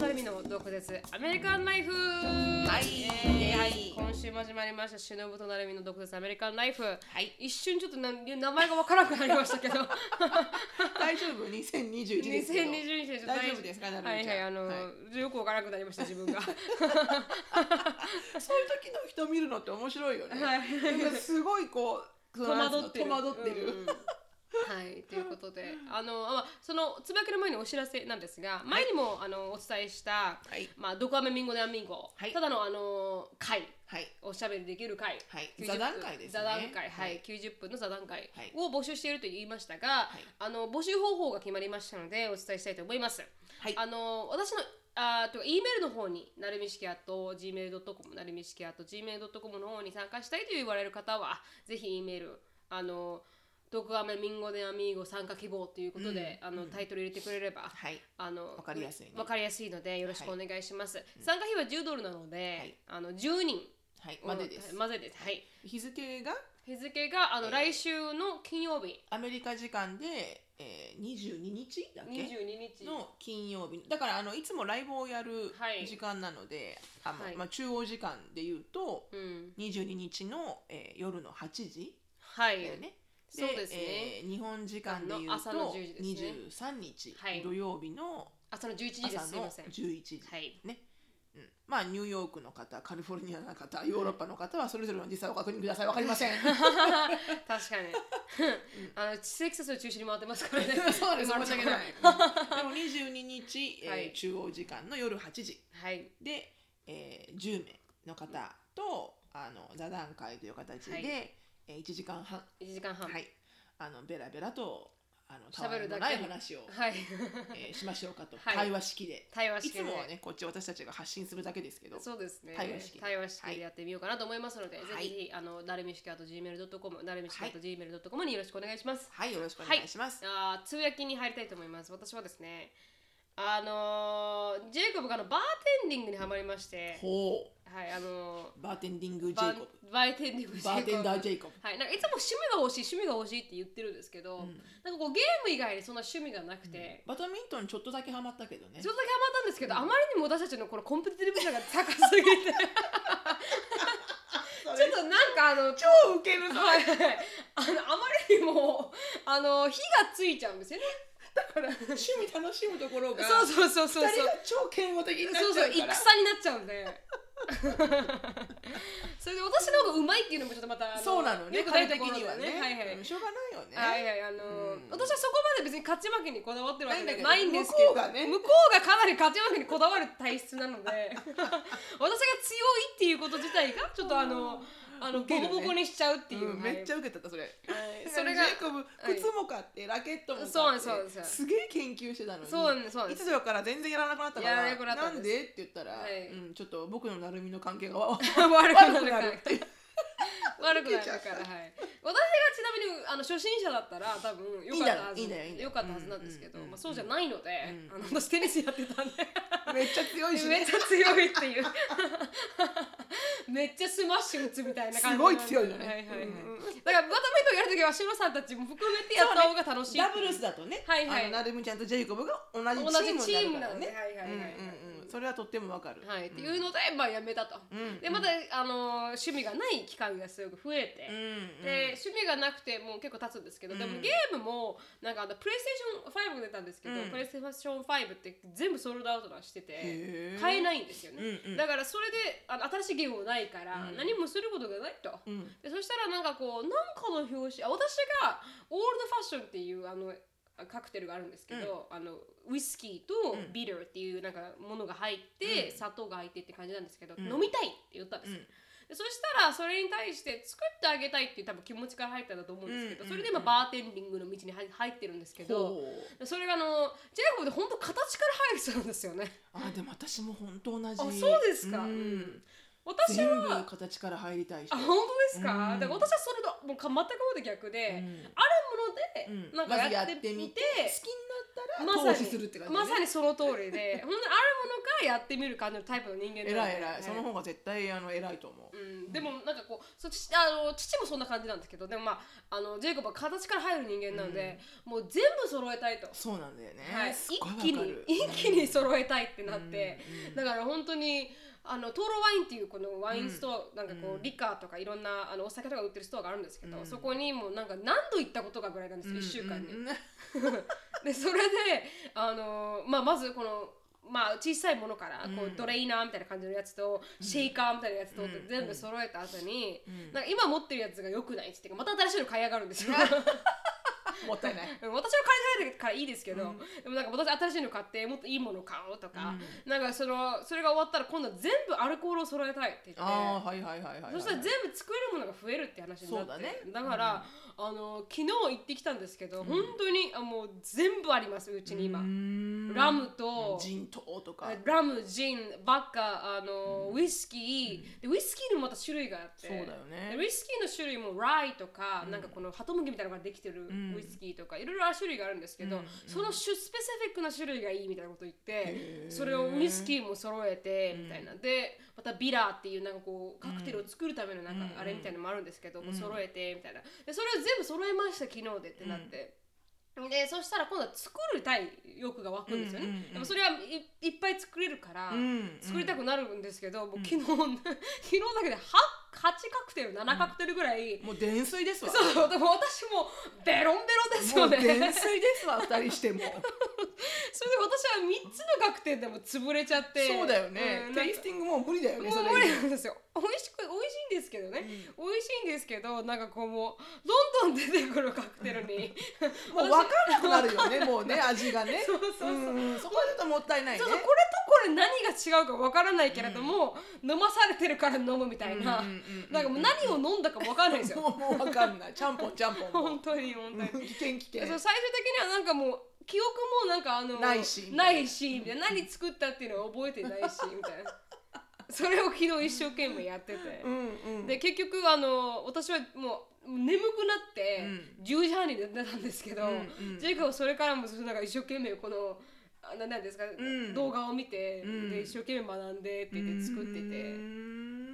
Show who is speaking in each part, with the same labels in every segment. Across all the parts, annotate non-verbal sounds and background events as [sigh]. Speaker 1: 海の毒舌アメリカンライフ
Speaker 2: い
Speaker 1: えー
Speaker 2: は
Speaker 1: はいい、今週も始まりました忍と成海の毒舌アメリカンライフ
Speaker 2: はい
Speaker 1: 一瞬ちょっとな名前がわからなくなりましたけど
Speaker 2: [laughs] 大丈夫2021ですけど
Speaker 1: 2022年
Speaker 2: 大丈夫ですかなるみち
Speaker 1: はいは
Speaker 2: ゃん
Speaker 1: いあの、
Speaker 2: はい
Speaker 1: よくわからなくなりました自分
Speaker 2: [laughs]
Speaker 1: が
Speaker 2: そういう時の人見るのって面白いよね、
Speaker 1: はい
Speaker 2: なんかすごいこう
Speaker 1: [laughs] 戸惑ってる
Speaker 2: 戸惑ってる、
Speaker 1: うんうんはいということであのあまあそのつばきの前のお知らせなんですが前にも、あのお伝えした
Speaker 2: はい
Speaker 1: まあ、ドクアメミンゴでアミンゴ、
Speaker 2: はい
Speaker 1: ただのあのー会
Speaker 2: はい
Speaker 1: おしゃべりできる会、
Speaker 2: はい
Speaker 1: 90
Speaker 2: 座談会ですね
Speaker 1: 座談会は
Speaker 2: はい
Speaker 1: い、90分の座談会
Speaker 2: はい
Speaker 1: を募集していると言いましたが、
Speaker 2: い
Speaker 1: あの募集方法が決まりましたのでお伝えしたいと思います。
Speaker 2: はい
Speaker 1: あの私のあーと E メールの方になるみしきあと gmail.com なるみしきあと gmail.com の方に参加したいと言われる方はぜひ E メールあのドクアメミンゴでアミーゴ参加希望ということで、
Speaker 2: うん
Speaker 1: あの
Speaker 2: うん
Speaker 1: タイトル入れてくれれば、
Speaker 2: はい
Speaker 1: あの
Speaker 2: わかりやすいね
Speaker 1: わかりやすいのでよろしくお願いします、参加費は10ドルなので、
Speaker 2: はい
Speaker 1: あの10人
Speaker 2: はいまでです
Speaker 1: までですはい
Speaker 2: 日付が
Speaker 1: 日付があの、
Speaker 2: えー
Speaker 1: 来週の金曜日
Speaker 2: アメリカ時間で、えー、22日だっけ
Speaker 1: 22日
Speaker 2: の金曜日だからあのいつもライブをやる
Speaker 1: はい
Speaker 2: 時間なので、あの
Speaker 1: はい
Speaker 2: まあ、中央時間でいうと
Speaker 1: うん
Speaker 2: 22日の、えー夜の8時
Speaker 1: はい、
Speaker 2: だよね。
Speaker 1: そうですね
Speaker 2: えー日本時間でいう
Speaker 1: あの朝の
Speaker 2: と
Speaker 1: 10時です
Speaker 2: 23日、
Speaker 1: はい
Speaker 2: 土曜日の
Speaker 1: あその11時で
Speaker 2: 朝
Speaker 1: すすいま
Speaker 2: の
Speaker 1: せん
Speaker 2: 11時、
Speaker 1: はい
Speaker 2: ねうん、まあニューヨークの方カリフォルニアの方ヨーロッパの方はそれぞれの時差を確認くださいわかりませ
Speaker 1: [laughs]
Speaker 2: ん [laughs]
Speaker 1: 確かに [laughs] あのテキサスを中心に回ってます
Speaker 2: [laughs]
Speaker 1: からね
Speaker 2: そうです
Speaker 1: 今の
Speaker 2: 申
Speaker 1: と
Speaker 2: し
Speaker 1: ころ
Speaker 2: 訳ない、うんでも22日、えー
Speaker 1: はい
Speaker 2: 中央時間の夜8時
Speaker 1: はい
Speaker 2: で、えー10名の方と、あの座談会という形で、
Speaker 1: はい
Speaker 2: えー1時間半、
Speaker 1: 1時間半
Speaker 2: はい、あのベラベラとあのたわ
Speaker 1: 喋
Speaker 2: い
Speaker 1: るだ
Speaker 2: も
Speaker 1: け
Speaker 2: ない話を、
Speaker 1: はい [laughs]
Speaker 2: えーしましょうかと、
Speaker 1: はい
Speaker 2: 対話式で
Speaker 1: 対話
Speaker 2: い
Speaker 1: 式で
Speaker 2: つもはねこっち私たちが発信するだけですけど
Speaker 1: そうですね。
Speaker 2: 対話式で
Speaker 1: 対話式
Speaker 2: はい
Speaker 1: でやってみようかなと思いますので、
Speaker 2: はい
Speaker 1: ぜひあのダルミシキあと gmail.com、ダルミシキあ
Speaker 2: は
Speaker 1: と gmail.com によろしくお願いします。
Speaker 2: はいよろしくお願いします、
Speaker 1: あーつぶやきに入りたいと思います。私はですね、あのージェイコブがあのバーテンディングにハマりまして、
Speaker 2: ほ
Speaker 1: はいあの
Speaker 2: うバーテンディングジ
Speaker 1: ー、
Speaker 2: ェ
Speaker 1: バ
Speaker 2: イコブ
Speaker 1: バーテンディングジェイコブ
Speaker 2: バーテンダージェイコブ
Speaker 1: はい、なんかいつも趣味が欲しい趣味が欲しいって言ってるんですけど、
Speaker 2: うん
Speaker 1: なんかこうゲーム以外にそんな趣味がなくて、
Speaker 2: バドミントンちょっとだけハマったけどね
Speaker 1: ちょっとだけハマったんですけど、あまりにも私たちのこのコンペティティブさが高すぎて
Speaker 2: [laughs] そ
Speaker 1: ちょ
Speaker 2: れ
Speaker 1: っとなんかあの
Speaker 2: 超ウケるぞ
Speaker 1: はいはいはい、あのあまりにもあの火がついちゃうんですよね。
Speaker 2: だから趣味楽しむところが
Speaker 1: そうそうそうそうそう。
Speaker 2: 二人が超嫌悪的になっ
Speaker 1: そう
Speaker 2: ちゃ
Speaker 1: そうう
Speaker 2: か
Speaker 1: 戦に
Speaker 2: ら
Speaker 1: なっちゃうんで。
Speaker 2: [laughs]
Speaker 1: それで私の方がうまいっていうのもちょっとまたあの
Speaker 2: そうなのね
Speaker 1: よ
Speaker 2: 具
Speaker 1: くな
Speaker 2: 体
Speaker 1: いと
Speaker 2: 的
Speaker 1: ころだ
Speaker 2: に
Speaker 1: よ
Speaker 2: はね
Speaker 1: はいはい。
Speaker 2: うんしょうがないよね、
Speaker 1: はいはい、あの
Speaker 2: うん
Speaker 1: 私はそこまで別に勝ち負けにこだわってるわけじゃ
Speaker 2: な
Speaker 1: ないいん
Speaker 2: んだけど
Speaker 1: ですけど
Speaker 2: 向こうがね
Speaker 1: 向こうがかなり勝ち負けにこだわる体質なの
Speaker 2: [laughs]
Speaker 1: で私が強いっていうこと自体がちょっとあのあの
Speaker 2: ウケ
Speaker 1: ボ
Speaker 2: るね
Speaker 1: コボコにしちゃうっていう、
Speaker 2: うん
Speaker 1: はい
Speaker 2: めっちゃ受けたったそれ
Speaker 1: はい
Speaker 2: [laughs] そ
Speaker 1: そ
Speaker 2: れ
Speaker 1: れ
Speaker 2: が
Speaker 1: が
Speaker 2: ジェイコブ靴も買って、ラケットも買って
Speaker 1: そうなんですそうなんです
Speaker 2: げえ研究してたのに
Speaker 1: そうなんですそうなん
Speaker 2: い
Speaker 1: です
Speaker 2: つだから全然やらなくなったから
Speaker 1: やらなくなったんです
Speaker 2: んでって言ったら、
Speaker 1: はい
Speaker 2: うん、ちょっと僕のなるみの関
Speaker 1: [laughs]
Speaker 2: 係がわ
Speaker 1: 悪くなる
Speaker 2: 悪くなるっていう
Speaker 1: 悪くな
Speaker 2: 受け
Speaker 1: る
Speaker 2: ち
Speaker 1: か
Speaker 2: ゃ
Speaker 1: ら、は
Speaker 2: っ
Speaker 1: い、私
Speaker 2: た
Speaker 1: がちなみにあの初心者だったら多分良かったはず
Speaker 2: いいんだよいいんだよいいんだよ
Speaker 1: 良かったはずなんですけど、
Speaker 2: うんうん
Speaker 1: まあ、そうじゃないので、
Speaker 2: うん
Speaker 1: あの私テニスやってたんで
Speaker 2: めっちゃ強いし、
Speaker 1: めっ
Speaker 2: ね、
Speaker 1: ちゃ強いっていう [laughs] めっちゃスマッシュ打つみたいな感じ
Speaker 2: すごい強いよね
Speaker 1: はいはいはい
Speaker 2: うんうん
Speaker 1: だからバドミントンやるときはシロさんたちも含めてやった方が楽しい
Speaker 2: ダブルスだとね、
Speaker 1: はいはい
Speaker 2: あのなるみちゃんとジェイコブが同じ
Speaker 1: 同じチ
Speaker 2: チー
Speaker 1: ー
Speaker 2: ム
Speaker 1: ム
Speaker 2: にな
Speaker 1: な
Speaker 2: るから
Speaker 1: の
Speaker 2: ね
Speaker 1: で、はいはいはいはい、
Speaker 2: うんうんうん、それはとってもわかる、
Speaker 1: はい、っていうので、まあ、やめたと、
Speaker 2: うん
Speaker 1: でまた、あの趣味がない期間がすごく増えて、
Speaker 2: うんうん、
Speaker 1: で趣味がなくてもう結構経つんですけど、で
Speaker 2: うん
Speaker 1: もゲームもなんかあのプレイステーション5が出たんですけど、
Speaker 2: うん
Speaker 1: プレイステーション5って全部ソールドアウトなしてて
Speaker 2: へー
Speaker 1: 買えないんですよね、
Speaker 2: うんうん
Speaker 1: だからそれであの新しいゲームもないから、
Speaker 2: うん
Speaker 1: 何もすることがないと、
Speaker 2: うん
Speaker 1: でそしたらなんかこうなんかの表紙あ私がオールドファッションっていうあのカクテルがあるんですけど、あのウイスキーと
Speaker 2: うん
Speaker 1: ビールっていうなんかものが入って、
Speaker 2: うん
Speaker 1: 砂糖が入ってって感じなんですけど、
Speaker 2: うん
Speaker 1: 飲みたいって言ったんですよ、
Speaker 2: うん
Speaker 1: でそしたらそれに対して作ってあげたいっていう多分気持ちから入ったんだと思うんですけど、
Speaker 2: うん
Speaker 1: それで今バーテンディングの道に入入ってるんですけど、
Speaker 2: ほう
Speaker 1: それがあのジェイコブで本当形から入る人なんですよね
Speaker 2: あでも私も本当同じ
Speaker 1: あそうですか
Speaker 2: うん、
Speaker 1: 私
Speaker 2: 全
Speaker 1: は
Speaker 2: 部形から入りたい人
Speaker 1: あ本当です
Speaker 2: う
Speaker 1: か、
Speaker 2: ん
Speaker 1: だから私はそれともうか全くもって逆で、
Speaker 2: うん
Speaker 1: あるもので、
Speaker 2: うん
Speaker 1: なんか
Speaker 2: まず
Speaker 1: やってみて、
Speaker 2: 好きになっ
Speaker 1: まさ
Speaker 2: 投
Speaker 1: に
Speaker 2: 資するって感じね
Speaker 1: まさにその通りで本当にあるものからやってみる感じのタイプの人間なので
Speaker 2: 偉い偉いそ
Speaker 1: は
Speaker 2: の方が絶対あの偉いと思う
Speaker 1: うん、でもなんかこうそ父あの父もそんな感じなんですけどでもまああのジェイコブは形から入る人間なので、もう全部揃えたいと、
Speaker 2: そうなんだよね
Speaker 1: はい、
Speaker 2: すっごい
Speaker 1: 一気
Speaker 2: わか
Speaker 1: に
Speaker 2: る
Speaker 1: 一気に揃えたいってなって、
Speaker 2: うん
Speaker 1: だから本当にあのトーロワインっていうこのワインストア、なんかこう、
Speaker 2: うん
Speaker 1: リカーとかいろんなあのお酒とか売ってるストアがあるんですけど、
Speaker 2: うん
Speaker 1: そこにもうなんか何度行ったことかぐらいなんですよ、1週間に。
Speaker 2: うんうんうん
Speaker 1: でそれで、あのーまあ、まずこの、まあ、小さいものからこ
Speaker 2: う
Speaker 1: う
Speaker 2: ん
Speaker 1: ドレイナーみたいな感じのやつと、シェイカーみたいなやつと、
Speaker 2: うん
Speaker 1: 全部揃えた後に、
Speaker 2: うん
Speaker 1: なんか今持ってるやつが良くないっつってまた新しいの買い上がるんですよ。 [laughs]
Speaker 2: もったいない
Speaker 1: 私は買い替えるからいいですけど、
Speaker 2: うん
Speaker 1: でもなんか私新しいの買ってもっといいもの買おうとか、
Speaker 2: う
Speaker 1: なんかそのそれが終わったら今度は全部アルコールを揃えたいって言って。
Speaker 2: ああはいはいはいはいはい
Speaker 1: そしたら全部作れるものが増えるって話になって
Speaker 2: そうだね
Speaker 1: から、あの昨日行ってきたんですけど、本当にあもう全部ありますうちに今、
Speaker 2: 全
Speaker 1: ラムと、
Speaker 2: ジントーとか
Speaker 1: えラムジンバカあの、ウイスキーでウイスキーにもまた種類があって
Speaker 2: そうだよね
Speaker 1: でウイスキーの種類もライとか、なんかこのハトムギみたいなのができてる
Speaker 2: ん
Speaker 1: ウイスキーとか、いろいろある種類があるんですけど、
Speaker 2: うんうん
Speaker 1: その種スペシフィックな種類がいいみたいなこと言って
Speaker 2: へー
Speaker 1: それをウイスキーも揃えてみたいな、でまたビラーっていうなんかこうカクテルを作るためのなんか
Speaker 2: うん
Speaker 1: あれみたいなのもあるんですけど、こう揃えてみたいなでそれを全部揃えました昨日でってなって。でそしたら今度は作りたい欲が湧くんですよね、
Speaker 2: うんうんうん
Speaker 1: でもそれはいいっぱい作れるから、
Speaker 2: うん
Speaker 1: 作りた
Speaker 2: うん
Speaker 1: くなるんですけど、もう昨日、 [laughs] 昨日だけで 8, 8カクテル7カクテルぐらい、
Speaker 2: もう伝水ですわ
Speaker 1: そうでも私もベロンベロンです
Speaker 2: も
Speaker 1: よ
Speaker 2: う
Speaker 1: ね
Speaker 2: 伝
Speaker 1: それで [laughs] 私
Speaker 2: 水ですわ二人しても
Speaker 1: は3つのカクテルでも潰れちゃって
Speaker 2: そうだよね
Speaker 1: うんなんか
Speaker 2: テイスティングもう無理だよねそ
Speaker 1: もう無
Speaker 2: れ
Speaker 1: 理なんですよ美味しく美味しいんですけどね、美味しいんですけどなんかこうもうどんどん出てくるカクテルに
Speaker 2: [laughs] もう分かんなくなるよねもうね味が
Speaker 1: [laughs]
Speaker 2: ね
Speaker 1: そうそうそう
Speaker 2: うんうんそこはちょっともったいない
Speaker 1: ち
Speaker 2: ね
Speaker 1: ょっとこれとこれ何が違うかわからないけれども、飲まされてるから飲むみたいな、
Speaker 2: うんうんうんうん
Speaker 1: なんかもう何を飲んだかわからないですよ
Speaker 2: [laughs] もうもう分かんないちゃんぽんちゃんぽんも
Speaker 1: 本当に [laughs] 本当に
Speaker 2: うん危険危険
Speaker 1: そう最終的にはなんかもう記憶もなんかあの
Speaker 2: ないし
Speaker 1: ないしみたいな何作ったっていうのは覚えてないしみたいなそれを昨日一生懸命やってて、
Speaker 2: うんうん
Speaker 1: で結局あの私はもう眠くなって
Speaker 2: う
Speaker 1: 10時半に寝てたんですけど、
Speaker 2: うんうん
Speaker 1: ジェイクはそれからもなんか一生懸命このあななんですか、
Speaker 2: うん
Speaker 1: 動画を見て、
Speaker 2: うん
Speaker 1: で一生懸命学んでって言って作ってて。
Speaker 2: うん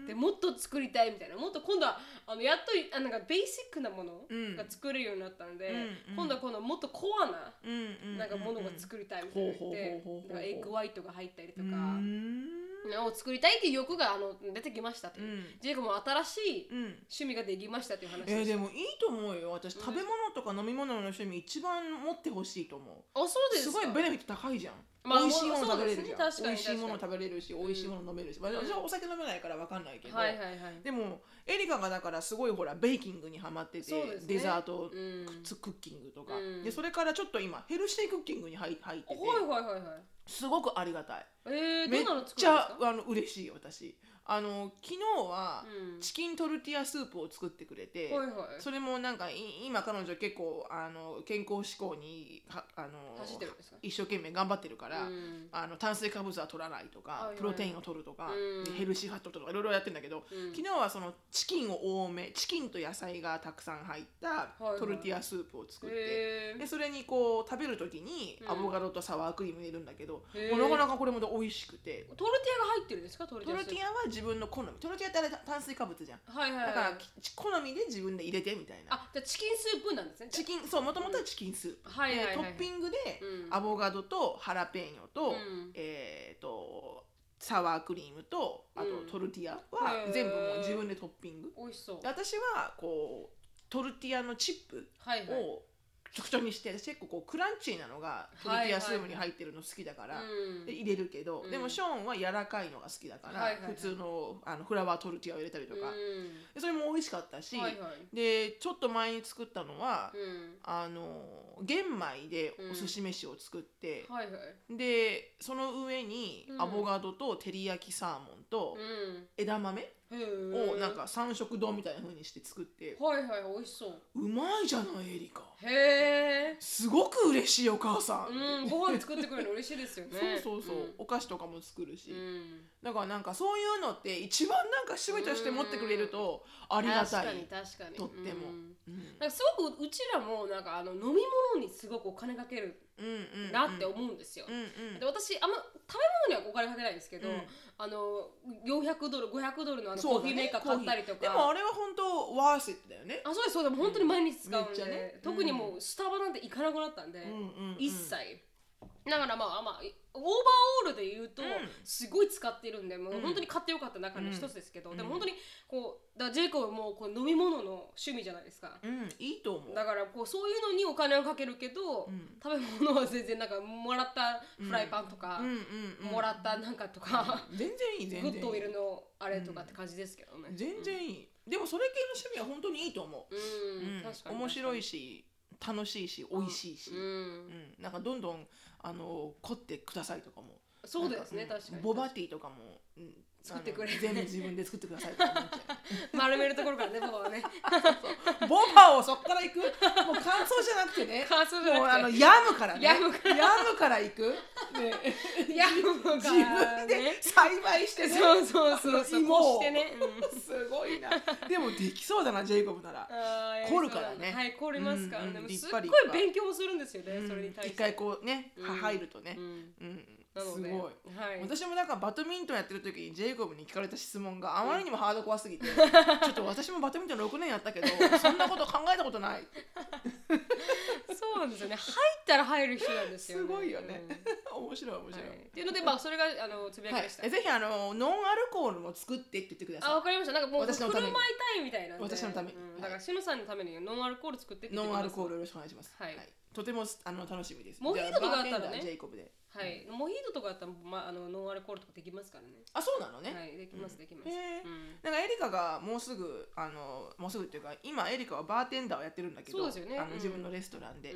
Speaker 1: でもっと作りたいみたいなもっと今度はあのやっといあなんかベーシックなもの
Speaker 2: うん
Speaker 1: が作れるようになったので、
Speaker 2: うんうん
Speaker 1: 今度はこのもっとコアな
Speaker 2: うんうんうん
Speaker 1: なんかものが作りたいみたいなの言って
Speaker 2: ほうほうほうほうほう
Speaker 1: なんかエッグホワイトが入ったりとか
Speaker 2: うん
Speaker 1: を作りたいっていう欲があの出てきましたという、
Speaker 2: うん
Speaker 1: ジェイコも新しい
Speaker 2: うん
Speaker 1: 趣味ができましたという話
Speaker 2: えー
Speaker 1: で
Speaker 2: ですもいいと思うよ私食べ物とか飲み物の趣味一番持ってほしいと思う
Speaker 1: あそうです
Speaker 2: す
Speaker 1: か
Speaker 2: ごいベネフィット高いじゃん、
Speaker 1: まあ
Speaker 2: 美味しいもの食べれるじゃ、
Speaker 1: そうんですね確か
Speaker 2: 美
Speaker 1: に
Speaker 2: 味しいもの
Speaker 1: 確か
Speaker 2: 食べれるし美味しいもの飲めるし、まあ私はお酒飲めないから分かんないけど、
Speaker 1: はいはいはい
Speaker 2: でもエリカがだからすごいほらベーキングにはまってて、
Speaker 1: そうですね
Speaker 2: デザート
Speaker 1: う
Speaker 2: ク
Speaker 1: ん
Speaker 2: ッツクッキングとか、
Speaker 1: うん
Speaker 2: でそれからちょっと今ヘルシークッキングに入入ってて
Speaker 1: はいはいはいはい
Speaker 2: すごくありがたい
Speaker 1: えー、
Speaker 2: め
Speaker 1: ど
Speaker 2: っ
Speaker 1: んなの作
Speaker 2: ち
Speaker 1: るんで
Speaker 2: ゃあの嬉しい私あの昨日は
Speaker 1: うん
Speaker 2: チキントルティアスープを作ってくれて、
Speaker 1: すかはいはい
Speaker 2: それもなんかい今彼女結構あの健康志向にはあの
Speaker 1: 走ってるんですか
Speaker 2: 一生懸命頑張ってるから、
Speaker 1: うん
Speaker 2: あの炭水化物は取らないとか、
Speaker 1: はいはい
Speaker 2: プロテインを取るとか、
Speaker 1: うん
Speaker 2: ヘルシーファットとかいろいろやってんだけど、
Speaker 1: うん
Speaker 2: 昨日はそのチキンを多めチキンと野菜がたくさん入った
Speaker 1: いはい
Speaker 2: トルティアスープを作って。
Speaker 1: え
Speaker 2: でそれにこう食べる時に
Speaker 1: うん
Speaker 2: アボカドとサワークリーム入れるんだけど、
Speaker 1: へー
Speaker 2: もうなかなかこれも美味しくて
Speaker 1: ー、トルティアが入ってるんですかトルテ
Speaker 2: ト
Speaker 1: ィア
Speaker 2: ルティアは自分の好みトルティアってあれ炭水化物じゃん
Speaker 1: アはいはいはい
Speaker 2: だからき好みで自分で入れてみたいな
Speaker 1: あじゃあチキンスープなんですね
Speaker 2: チキンそうもともとはチキンスープ、
Speaker 1: はいはいはい
Speaker 2: でトッピングで
Speaker 1: うん
Speaker 2: アボカドとハラペーニョと、
Speaker 1: うん
Speaker 2: えっ、とサワークリームとあ
Speaker 1: うん
Speaker 2: とトルティアは
Speaker 1: へー
Speaker 2: 全部もう自分でトッピング、
Speaker 1: 美味しそう
Speaker 2: で私はこうトルティアのチップ
Speaker 1: はいはい
Speaker 2: をちょくちょにして私結構こうクランチーなのがトルティアスープに入ってるの好きだから、
Speaker 1: うん
Speaker 2: で入れるけど、
Speaker 1: うん
Speaker 2: でもショーンは柔らかいのが好きだから、
Speaker 1: はいはいはい
Speaker 2: 普通のあのフラワートルティアを入れたりとか、
Speaker 1: うん
Speaker 2: でそれも美味しかったし、
Speaker 1: はいはい
Speaker 2: でちょっと前に作ったのは、
Speaker 1: うん
Speaker 2: あの玄米でお寿司飯を作って、
Speaker 1: はいはい
Speaker 2: でその上に
Speaker 1: うん
Speaker 2: アボカドと照り焼きサーモンと枝豆
Speaker 1: うんへー
Speaker 2: をなんか三色丼みたいな風にして作って、
Speaker 1: はいはい美味しそう
Speaker 2: うまいじゃないエリカ
Speaker 1: へえ
Speaker 2: すごく嬉しいお母さん、
Speaker 1: うんご飯作ってくれるの嬉しいですよね
Speaker 2: [laughs] そうそうそう、お菓子とかも作るし、
Speaker 1: うんうん
Speaker 2: だからなんかそういうのって一番なんか趣味として持ってくれるとありが
Speaker 1: 確
Speaker 2: た
Speaker 1: か
Speaker 2: い、
Speaker 1: に確かに
Speaker 2: とっても
Speaker 1: うん
Speaker 2: うん
Speaker 1: なんかすごくうちらもなんかあの飲み物にすごくお金かける
Speaker 2: うんうんうん
Speaker 1: なって思うんですよ。
Speaker 2: うんうん
Speaker 1: で私あんま食べ物にはお金かけないんですけど、
Speaker 2: うん
Speaker 1: あの400ドル500ドルのあのコ
Speaker 2: そう
Speaker 1: ー
Speaker 2: だ
Speaker 1: ヒー
Speaker 2: ね
Speaker 1: メーカー買ったりとか、
Speaker 2: でもあれは本当ワーセットだよね
Speaker 1: あそうですそうです本当に毎日使うん
Speaker 2: めっ
Speaker 1: で、
Speaker 2: ちゃね
Speaker 1: 特にもうスタバなんて行かなくなったんで、
Speaker 2: うんうん
Speaker 1: 一切だからまあまあオーバーオールで言うと
Speaker 2: うん
Speaker 1: すごい使ってるんで、もううん本当に買ってよかった中の一つですけど、
Speaker 2: うん
Speaker 1: でも本当にこうだからジェイコブもこう飲み物の趣味じゃないですか、
Speaker 2: うんいいと思う
Speaker 1: だからこうそういうのにお金をかけるけど、
Speaker 2: うん
Speaker 1: 食べ物は全然なんかもらったフライパンとか
Speaker 2: うん、うんうん
Speaker 1: もらったなんかとか、
Speaker 2: 全然いい全
Speaker 1: [laughs] グ
Speaker 2: 然いい
Speaker 1: ッドウィルのあれとかって感じですけどね、
Speaker 2: 全然いいでもそれ系の趣味は本当にいいと思う
Speaker 1: うん、うん確かに
Speaker 2: 面白いし楽しいし美味しいし
Speaker 1: う
Speaker 2: うんんなんかどんどんあの凝ってくださいとかも
Speaker 1: そうですね
Speaker 2: なん
Speaker 1: 確かに
Speaker 2: ボバティとかもうん
Speaker 1: 作ってくれ
Speaker 2: あの全部自分で作ってくださいとか思
Speaker 1: [laughs]
Speaker 2: っちゃう
Speaker 1: 丸めるところ
Speaker 2: [laughs]
Speaker 1: からねボバはね
Speaker 2: ボバをそこから行くもう感想じゃなくてね
Speaker 1: 感想じゃなくて
Speaker 2: もうあの病むからね
Speaker 1: 病む
Speaker 2: からから行く、
Speaker 1: [laughs]
Speaker 2: ね、
Speaker 1: いやもう
Speaker 2: 自
Speaker 1: か
Speaker 2: 分で
Speaker 1: ね
Speaker 2: 栽培してね
Speaker 1: そうそうそうそう
Speaker 2: あの芋を
Speaker 1: こうしてね、うん
Speaker 2: すごいなでもできそうだなジェイコブなら
Speaker 1: あーやり
Speaker 2: 凝るからね
Speaker 1: そうだはい凝りますからね、
Speaker 2: うんうん
Speaker 1: すっ
Speaker 2: 立
Speaker 1: ご
Speaker 2: 派
Speaker 1: い
Speaker 2: 立派
Speaker 1: 勉強もするんですよね、
Speaker 2: うん
Speaker 1: それに対
Speaker 2: 一
Speaker 1: して
Speaker 2: 回こうね
Speaker 1: うん
Speaker 2: 入るとね
Speaker 1: う、ん
Speaker 2: うん
Speaker 1: なの
Speaker 2: す
Speaker 1: で
Speaker 2: ごい
Speaker 1: はい
Speaker 2: 私もなんかバドミントンやってる時にジェイコブに聞かれた質問があまりにもハード怖す
Speaker 1: [laughs]
Speaker 2: ぎて、ちょっと私もバドミントン6年やったけどそんなこと考えたことない
Speaker 1: そうなんですよね入ったら入る人なんですよ、ね、
Speaker 2: すごいよね
Speaker 1: うん
Speaker 2: 面白い面白い、
Speaker 1: はい、っていうのでまあそれがあのつぶやき
Speaker 2: はい
Speaker 1: でした、
Speaker 2: えぜひあのノンアルコールも作ってって言ってくだ
Speaker 1: あ
Speaker 2: さ
Speaker 1: わかりましたなんかもう振
Speaker 2: 私の
Speaker 1: る
Speaker 2: ため
Speaker 1: 舞
Speaker 2: に
Speaker 1: いたいみたいなんで
Speaker 2: 私のために
Speaker 1: うんだからしのさんのためにノンアルコール作ってって
Speaker 2: い。
Speaker 1: 言っ
Speaker 2: ノ
Speaker 1: てきます
Speaker 2: ンアルコールよろしくお願いします。
Speaker 1: はい
Speaker 2: とてもあの楽しみです。
Speaker 1: モヒートとかだったらね
Speaker 2: じゃバーテンダージェイコブで。
Speaker 1: はいモヒートとかだったら、まあ、あのノンアルコールとかできますからね
Speaker 2: あ、そうなのね。
Speaker 1: はいできますできます、
Speaker 2: へえ
Speaker 1: うん
Speaker 2: なんかエリカがもうすぐあのもうすぐっていうか今エリカはバーテンダーをやってるんだけど、
Speaker 1: そうですよね
Speaker 2: あ
Speaker 1: うん
Speaker 2: の自分のレストランで、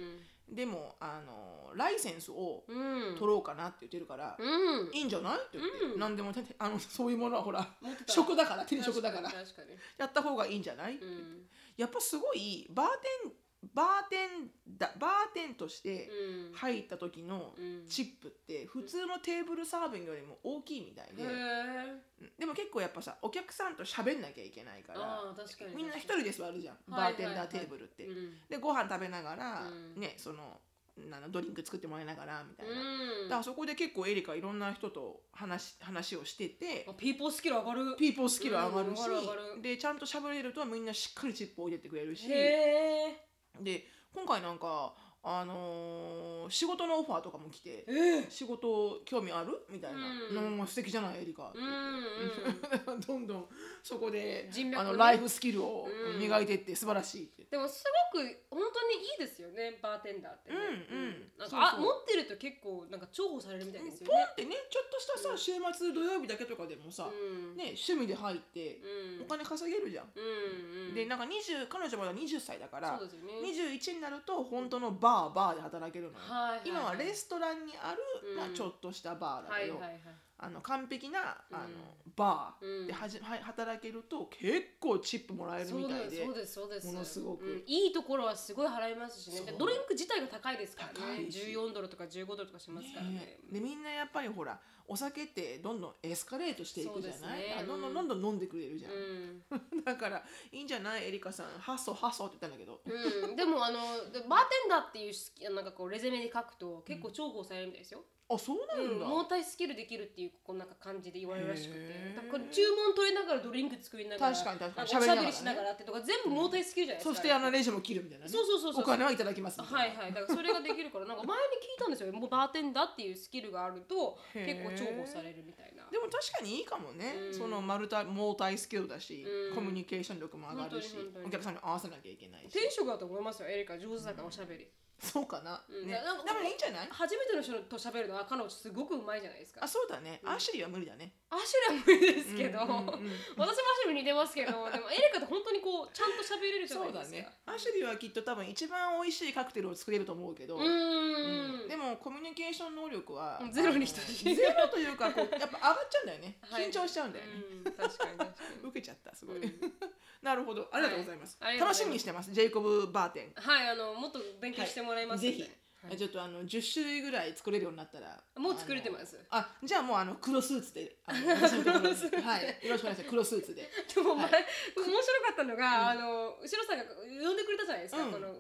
Speaker 2: でもあのライセンスを
Speaker 1: うん
Speaker 2: 取ろうかなって言ってるから、
Speaker 1: うん、うん
Speaker 2: いいんじゃないって言って、
Speaker 1: うん
Speaker 2: 何でも手であのそういうものはほら [laughs]
Speaker 1: 持ってた
Speaker 2: 食だから手に食だから
Speaker 1: 確かに確か
Speaker 2: やった方がいいんじゃない？
Speaker 1: にうん
Speaker 2: やっぱすごいバーテンバーテンだバーテンとして
Speaker 1: うん
Speaker 2: 入った時の
Speaker 1: うん
Speaker 2: チップって普通のテーブルサービングよりも大きいみたい
Speaker 1: へ
Speaker 2: で、
Speaker 1: え
Speaker 2: でも結構やっぱさお客さんと喋んなきゃいけないから
Speaker 1: ああ確かに
Speaker 2: みんな一人で座るじゃん
Speaker 1: は
Speaker 2: バ
Speaker 1: いはい
Speaker 2: ーテンダーテーブルって、
Speaker 1: うん
Speaker 2: でご飯食べながら、
Speaker 1: うん
Speaker 2: ねそのなのドリンク作ってもらいながらみたいな、だ
Speaker 1: うん
Speaker 2: からそこで結構エリカいろんな人と話話をしてて
Speaker 1: あピーポースキル上がる
Speaker 2: ピーポースキル上がるし、
Speaker 1: うん上がる上がる
Speaker 2: でちゃんと喋れるとみんなしっかりチップを入れてくれるし
Speaker 1: へえ
Speaker 2: で今回なんかあのー仕事のオファーとかも来て
Speaker 1: えー
Speaker 2: 仕事興味あるみたいな
Speaker 1: う
Speaker 2: 「
Speaker 1: ん
Speaker 2: うん、素敵じゃないエリカ」って
Speaker 1: う
Speaker 2: 言
Speaker 1: ん
Speaker 2: って
Speaker 1: うん、
Speaker 2: [laughs] どんどんそこで
Speaker 1: 人脈
Speaker 2: あ
Speaker 1: ね
Speaker 2: のライフスキルを
Speaker 1: うん
Speaker 2: 磨いてって素晴らしいって。
Speaker 1: でもすごく本当にいいですよねバーテンダーってね、
Speaker 2: うんうん
Speaker 1: なんかあ
Speaker 2: そうそう
Speaker 1: 持ってると結構なんか重宝されるみたいですよ
Speaker 2: ポン
Speaker 1: ね
Speaker 2: ってねちょっとしたさ、
Speaker 1: うん
Speaker 2: 週末土曜日だけとかでもさ、
Speaker 1: うん
Speaker 2: ね、趣味で入って
Speaker 1: うん
Speaker 2: お金稼げるじゃん。
Speaker 1: うんうん
Speaker 2: でなんか20彼女まだ20歳だから
Speaker 1: そうですよね
Speaker 2: 21になると本当のバーバーで働けるのよ。
Speaker 1: はいはいい、
Speaker 2: 今はレストランにある、
Speaker 1: うん
Speaker 2: まあ、ちょっとしたバーだ
Speaker 1: は
Speaker 2: け
Speaker 1: い
Speaker 2: ど、
Speaker 1: はいはい
Speaker 2: あの完璧なあの、
Speaker 1: う
Speaker 2: バ
Speaker 1: うん
Speaker 2: ーではじ、は働けると結構チップもらえる
Speaker 1: そ
Speaker 2: み
Speaker 1: う
Speaker 2: たい
Speaker 1: です
Speaker 2: で
Speaker 1: そうですそうです
Speaker 2: ものすごく
Speaker 1: うんいいところはすごい払いますしね
Speaker 2: そう
Speaker 1: でドリンク自体が高いですから
Speaker 2: 高
Speaker 1: ね
Speaker 2: いし
Speaker 1: 14ドルとか15ドルとかしますからね
Speaker 2: ねでみんなやっぱりほらお酒ってどんどんエスカレートしていくじゃない、
Speaker 1: そうですね
Speaker 2: あどんど
Speaker 1: うん
Speaker 2: んどんどん飲んでくれるじゃん、
Speaker 1: うん
Speaker 2: だからいいんじゃないエリカさんハッソハッソって言ったんだけど、
Speaker 1: うん、でもあのでバーテンダーっていうスキなんかこうレゼメに書くと結構重宝されるみたいですよ、
Speaker 2: あそうな
Speaker 1: うんん、
Speaker 2: だ、
Speaker 1: モータイスキルできるっていうこうなんか感じで言われるらしくて
Speaker 2: へー
Speaker 1: だからこれ注文取りながらドリンク作りながら
Speaker 2: 確かに確かに
Speaker 1: なんおしゃべ
Speaker 2: 喋りながら
Speaker 1: り
Speaker 2: ね
Speaker 1: しながらってとか全部モータイスキルじゃないですか、
Speaker 2: そしてあのレジも切るみたいなね
Speaker 1: そうそうそうそう
Speaker 2: お金はいただきますみた
Speaker 1: はい
Speaker 2: いな
Speaker 1: はいだからそれができるからなんか前に聞いたんですよもうバーテンダーっていうスキルがあると
Speaker 2: へ
Speaker 1: 結
Speaker 2: ー
Speaker 1: 構重宝されるみたいな
Speaker 2: でも確かにいいかもね、
Speaker 1: うん
Speaker 2: そのマルタモータイスキルだし、
Speaker 1: うん
Speaker 2: コミュニケーション力も上がるし
Speaker 1: 本当に本当に
Speaker 2: お客さんに合わせなきゃいけないし
Speaker 1: 天職だと思いますよエリカ上手だからおしゃべり、
Speaker 2: そうかな、
Speaker 1: うん
Speaker 2: ね、
Speaker 1: だから
Speaker 2: でもいいんじゃない
Speaker 1: 初めての人としゃべるのは彼女すごくうまいじゃないですか
Speaker 2: あそうだね、
Speaker 1: うん
Speaker 2: アシュリーは無理だね
Speaker 1: アシュラ無理ですけど、
Speaker 2: うんうんうん
Speaker 1: 私もアシュラに似てます
Speaker 2: [laughs]
Speaker 1: けどでもエリカって本当にこうちゃんと喋れるじゃな
Speaker 2: そ
Speaker 1: いうで
Speaker 2: だ
Speaker 1: すか
Speaker 2: ねアシュリーはきっと多分一番美味しいカクテルを作れると思うけど、
Speaker 1: うーん
Speaker 2: でもコミュニケーション能力は
Speaker 1: ゼロに等しい
Speaker 2: ゼロというかこうやっぱ上がっちゃうんだよね、
Speaker 1: はい
Speaker 2: 緊張しちゃうんだよね、
Speaker 1: うん、確かに確かに
Speaker 2: 受けちゃった [laughs] すごい、
Speaker 1: うん
Speaker 2: なるほどありがとうございます、
Speaker 1: はいありがとうございます
Speaker 2: 楽しみにしてますジェイコブバーテン
Speaker 1: はいあのもっと勉強してもらいますので、
Speaker 2: はいぜひ
Speaker 1: はい
Speaker 2: ちょっとあの10種類ぐらい作れるようになったら
Speaker 1: もう作れてますす
Speaker 2: あじゃあもうあの黒スーツであ
Speaker 1: [laughs]
Speaker 2: の私のところにはいよろしくお願いします黒スーツで
Speaker 1: でも、
Speaker 2: はい
Speaker 1: 前面白かったのが、あの後ろさんが呼んでくれたじゃないですか、
Speaker 2: うん
Speaker 1: この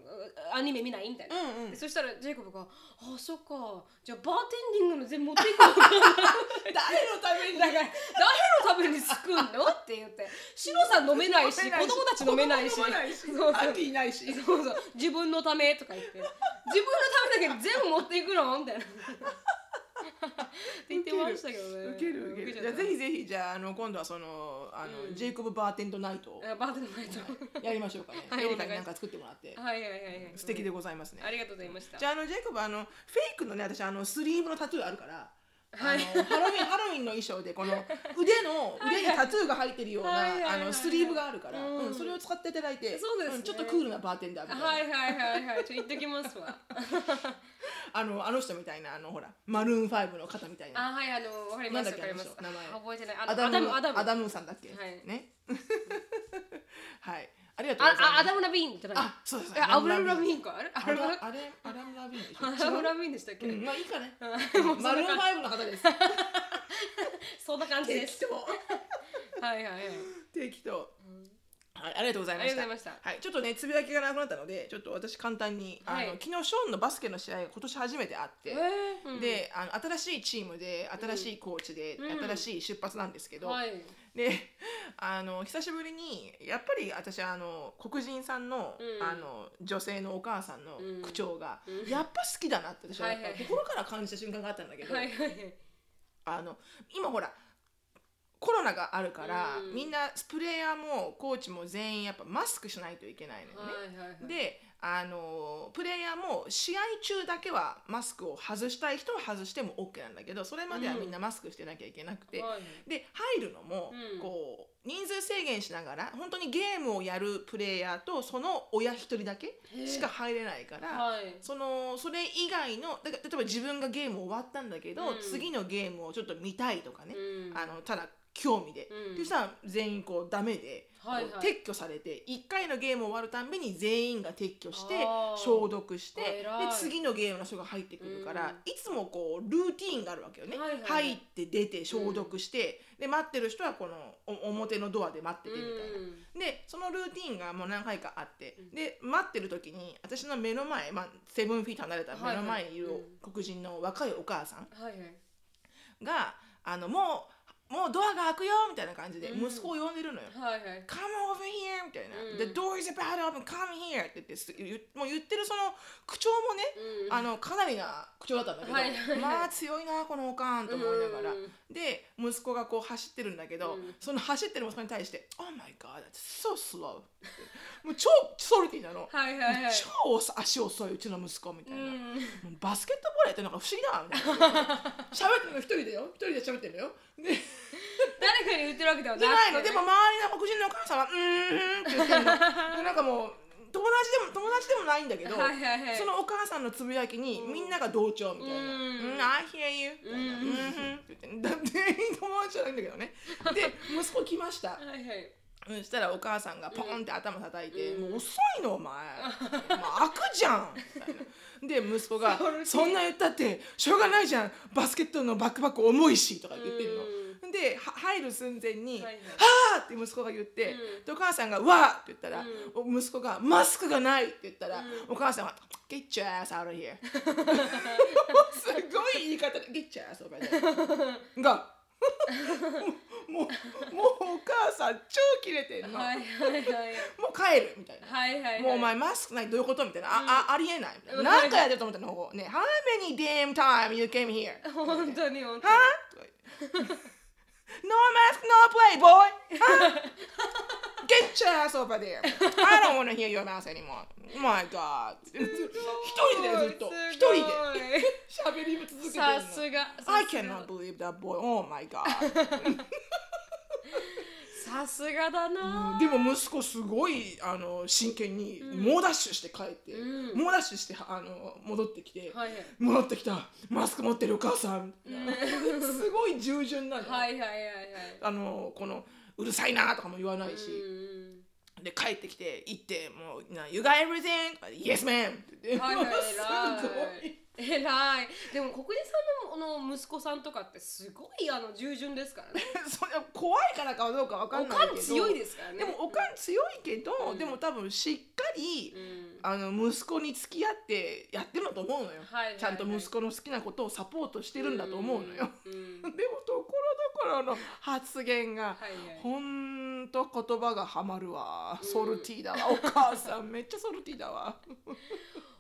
Speaker 1: アニメ見ないみたいな、
Speaker 2: うんうん
Speaker 1: でそしたらジェイコブが「あそっかじゃあバーテンディングの全部持っていこうかな」
Speaker 2: 誰のために
Speaker 1: だから誰のためにすくんのって言ってシロさん飲めないし
Speaker 2: 飲
Speaker 1: 子
Speaker 2: め [laughs] ないし
Speaker 1: 供たち飲めないし
Speaker 2: 子供飲まないし [laughs]
Speaker 1: そうそう
Speaker 2: アンティいないし
Speaker 1: そうそう自分のためとか言って自分のためだけど全部持っていくのみたいなって言ってましたけどね
Speaker 2: ウケるウケるじゃあぜひぜひじゃああの今度はそのあの、
Speaker 1: うん
Speaker 2: ジェイコブバーテンドナイトを
Speaker 1: あバーテンの前と
Speaker 2: やりましょうかね、
Speaker 1: はい
Speaker 2: エリカ
Speaker 1: お願いします
Speaker 2: に何か作ってもらって
Speaker 1: はいはいはいはい
Speaker 2: 素敵でございますね、
Speaker 1: ありがとうございました
Speaker 2: じゃああのジェイコブあのフェイクのね私あのスリーブのタトゥーあるから、
Speaker 1: はい
Speaker 2: あのハロウィンハロウィンの衣装でこ
Speaker 1: [laughs]
Speaker 2: の腕の腕にタトゥーが入ってるような、
Speaker 1: はいはいはいはい
Speaker 2: あのスリーブがあるから、
Speaker 1: うん
Speaker 2: うんそれを使っていただいて
Speaker 1: そうですね
Speaker 2: んちょっとクールなバーテンダーみたいな、
Speaker 1: はいはいはいはいちょっと行ってきますわ
Speaker 2: あのあの人みたいなあのほらマルーン5の方みたいな
Speaker 1: あはいあのわかりますわ
Speaker 2: なんだっけ
Speaker 1: かります
Speaker 2: あの人名前
Speaker 1: 覚えてないあの
Speaker 2: アダムアダム
Speaker 1: アダムアダム
Speaker 2: さんだっけ、
Speaker 1: はい
Speaker 2: ね [laughs] はいありがとうございます
Speaker 1: ああアダムラビーンじゃない
Speaker 2: あそうです
Speaker 1: えアブラムラ
Speaker 2: ム
Speaker 1: ビーンかあれ
Speaker 2: あ
Speaker 1: アブ
Speaker 2: れ
Speaker 1: ラ
Speaker 2: あれアダムラビーンでしょ
Speaker 1: アブラムラビーンでしたっけ、
Speaker 2: うんまあいいかね
Speaker 1: もうそんな
Speaker 2: マルーン
Speaker 1: 感
Speaker 2: 5の方です
Speaker 1: じそんな感じです
Speaker 2: 適当
Speaker 1: はいはいはい
Speaker 2: 適当はいありがとうござい
Speaker 1: あ
Speaker 2: ま
Speaker 1: り
Speaker 2: し
Speaker 1: がと
Speaker 2: た
Speaker 1: うございました
Speaker 2: はい、ちょっとねつぶやきがなくなったのでちょっと私簡単に、
Speaker 1: はい
Speaker 2: あの昨日ショーンのバスケの試合が今年初めてあって、
Speaker 1: えーうん
Speaker 2: であの新しいチームで新しいコーチで、
Speaker 1: うん
Speaker 2: 新しい出発なんですけど、
Speaker 1: はい
Speaker 2: で [laughs] あの久しぶりにやっぱり私あの黒人さんの,、
Speaker 1: うん
Speaker 2: あの女性のお母さんの
Speaker 1: うん
Speaker 2: 口調が、
Speaker 1: うん
Speaker 2: やっぱ好きだなって私はやっ
Speaker 1: はい
Speaker 2: ぱ
Speaker 1: はい
Speaker 2: 心から感じた瞬間があったんだけど、
Speaker 1: はいはいはい
Speaker 2: あの今ほらコロナがあるから、
Speaker 1: うん
Speaker 2: みんなプレイヤーもコーチも全員やっぱマスクしないといけないのよね。
Speaker 1: はいはい
Speaker 2: であのプレイヤーも試合中だけはマスクを外したい人は外しても OK なんだけどそれまではみんなマスクしてなきゃいけなくて、
Speaker 1: はい
Speaker 2: で入るのも、
Speaker 1: うん
Speaker 2: こう人数制限しながら本当にゲームをやるプレイヤーとその親一人だけ
Speaker 1: へー
Speaker 2: しか入れないから、
Speaker 1: はい
Speaker 2: そのそれ以外のだから例えば自分がゲーム終わったんだけど、
Speaker 1: うん
Speaker 2: 次のゲームをちょっと見たいとかね、
Speaker 1: うん
Speaker 2: あのただ興味で。
Speaker 1: うん
Speaker 2: でさ全員こうダメで、
Speaker 1: はいはい
Speaker 2: こう撤去されて1回のゲーム終わるたんびに全員が撤去して
Speaker 1: あー
Speaker 2: 消毒してで
Speaker 1: 偉い
Speaker 2: 次のゲームの人が入ってくるから、いつもこうルーティーンがあるわけよね、
Speaker 1: はいはい
Speaker 2: 入って出て消毒して、で待ってる人はこのお表のドアで待っててみたいな。
Speaker 1: うん
Speaker 2: でそのルーティンがもう何回かあって、
Speaker 1: うん
Speaker 2: で待ってる時に私の目の前、まあ、セブンフィート離れた目の前にいる
Speaker 1: はいはいう
Speaker 2: 黒人の若いお母さん
Speaker 1: はいはい
Speaker 2: が「あのもうもうドアが開くよ」みたいな感じで
Speaker 1: うん
Speaker 2: 息子を呼んでるのよ。
Speaker 1: はいはい
Speaker 2: Come over here! みたいな。
Speaker 1: うん
Speaker 2: The door is about to open! Come here! って言ってす言うもう言ってるその口調もね、
Speaker 1: うん
Speaker 2: あのかなりな口調だったんだけど、
Speaker 1: はいはいはい
Speaker 2: まあ強いなこのおかんと思いながら、
Speaker 1: うん
Speaker 2: で息子がこう走ってるんだけど、
Speaker 1: うん
Speaker 2: その走ってる息子に対して「Oh my god that's so slow」もう超ソルティなの、
Speaker 1: はいはい
Speaker 2: [laughs]
Speaker 1: はい
Speaker 2: 超足遅いうちの息子みた
Speaker 1: う
Speaker 2: いな、も
Speaker 1: ん
Speaker 2: うバスケットボールやってるのが不思議だなみたいな喋ってるの一人でよ一人で喋ってるのよで
Speaker 1: 誰かに言ってるわけではなく
Speaker 2: じ
Speaker 1: て
Speaker 2: ゃないのでも周りの黒人のお母さんは「うーん」って言ってるのでなんかもう友達でも友達でもないんだけど、
Speaker 1: はいはいはい
Speaker 2: そのお母さんのつぶやきにみんなが同調みたいな「
Speaker 1: う
Speaker 2: うんん、I hear you」みたい
Speaker 1: う
Speaker 2: な「
Speaker 1: ん
Speaker 2: うんうん」って言ってだって全員友達じゃないんだけ
Speaker 1: [laughs]
Speaker 2: どねで息子来ました
Speaker 1: はいはい
Speaker 2: そしたらお母さんがポンって頭叩いて「
Speaker 1: うん
Speaker 2: もう遅いのお前、まあ、開くじゃん」みたいな。で息子が
Speaker 1: それ
Speaker 2: 「そんな言ったってしょうがないじゃんバスケットのバックパック重いし」とか言ってるの。では入る寸前に「
Speaker 1: はい
Speaker 2: は
Speaker 1: はい
Speaker 2: あ!」って息子が言って、
Speaker 1: うん
Speaker 2: でお母さんが「わあ!」って言ったら、
Speaker 1: う
Speaker 2: 息子が「マスクがない!」って言ったら、
Speaker 1: うん
Speaker 2: お母さんは「Get your ass out of here」すごい言い方で「Get your ass over there」が
Speaker 1: [laughs]
Speaker 2: もうもうお母さん超キレてんの、
Speaker 1: はいはいはい
Speaker 2: もう帰るみたいな。
Speaker 1: はいはいはい
Speaker 2: もうお前マスクないどういうことみたいな、ああありえないみたいな
Speaker 1: うん
Speaker 2: 何回やってると思ったのここね How many damn time you came here
Speaker 1: 本当に本当に
Speaker 2: は [laughs] No mask, no play, boy! Get your ass over there! I don't want to hear your mouth anymore! My god! [laughs] 一人でずっと一人で喋り続けてる
Speaker 1: さ
Speaker 2: の。
Speaker 1: すが
Speaker 2: I
Speaker 1: さす
Speaker 2: cannot
Speaker 1: が
Speaker 2: believe that boy! Oh my god! [laughs]
Speaker 1: さすがだな
Speaker 2: でも息子すごいあの真剣に猛ダッシュして帰って、
Speaker 1: うん
Speaker 2: 猛ダッシュしてあの戻ってきて、
Speaker 1: はいはい
Speaker 2: 戻ってきたマスク持ってるお母さん、 [laughs] すごい従順なの。
Speaker 1: はいはいはいはい
Speaker 2: あのこのうるさいなとかも言わないし、
Speaker 1: うん
Speaker 2: でで帰ってきて行ってもうな「You got everything?」とかで「Yes ma'am」って言って
Speaker 1: はいはい
Speaker 2: もうすごい
Speaker 1: 偉い偉いでも国治さんのあの息子さんとかってすごいあの従順ですからね
Speaker 2: [laughs] それは怖いからかどうかわか
Speaker 1: お
Speaker 2: んないけ
Speaker 1: か
Speaker 2: ど
Speaker 1: ん強いですからね
Speaker 2: でもおかん強いけど、
Speaker 1: うん
Speaker 2: でも多分しっかり、
Speaker 1: うん
Speaker 2: あの息子に付き合ってやってると思うのよ、
Speaker 1: はいはいはい
Speaker 2: ちゃんと息子の好きなことをサポートしてるんだと思うのよ、
Speaker 1: うん
Speaker 2: [laughs] でもところどころの発言が、
Speaker 1: はいはい
Speaker 2: ほんと言葉がはまるわ
Speaker 1: うん
Speaker 2: ソルティだわ、お母さんめっちゃソルティだわ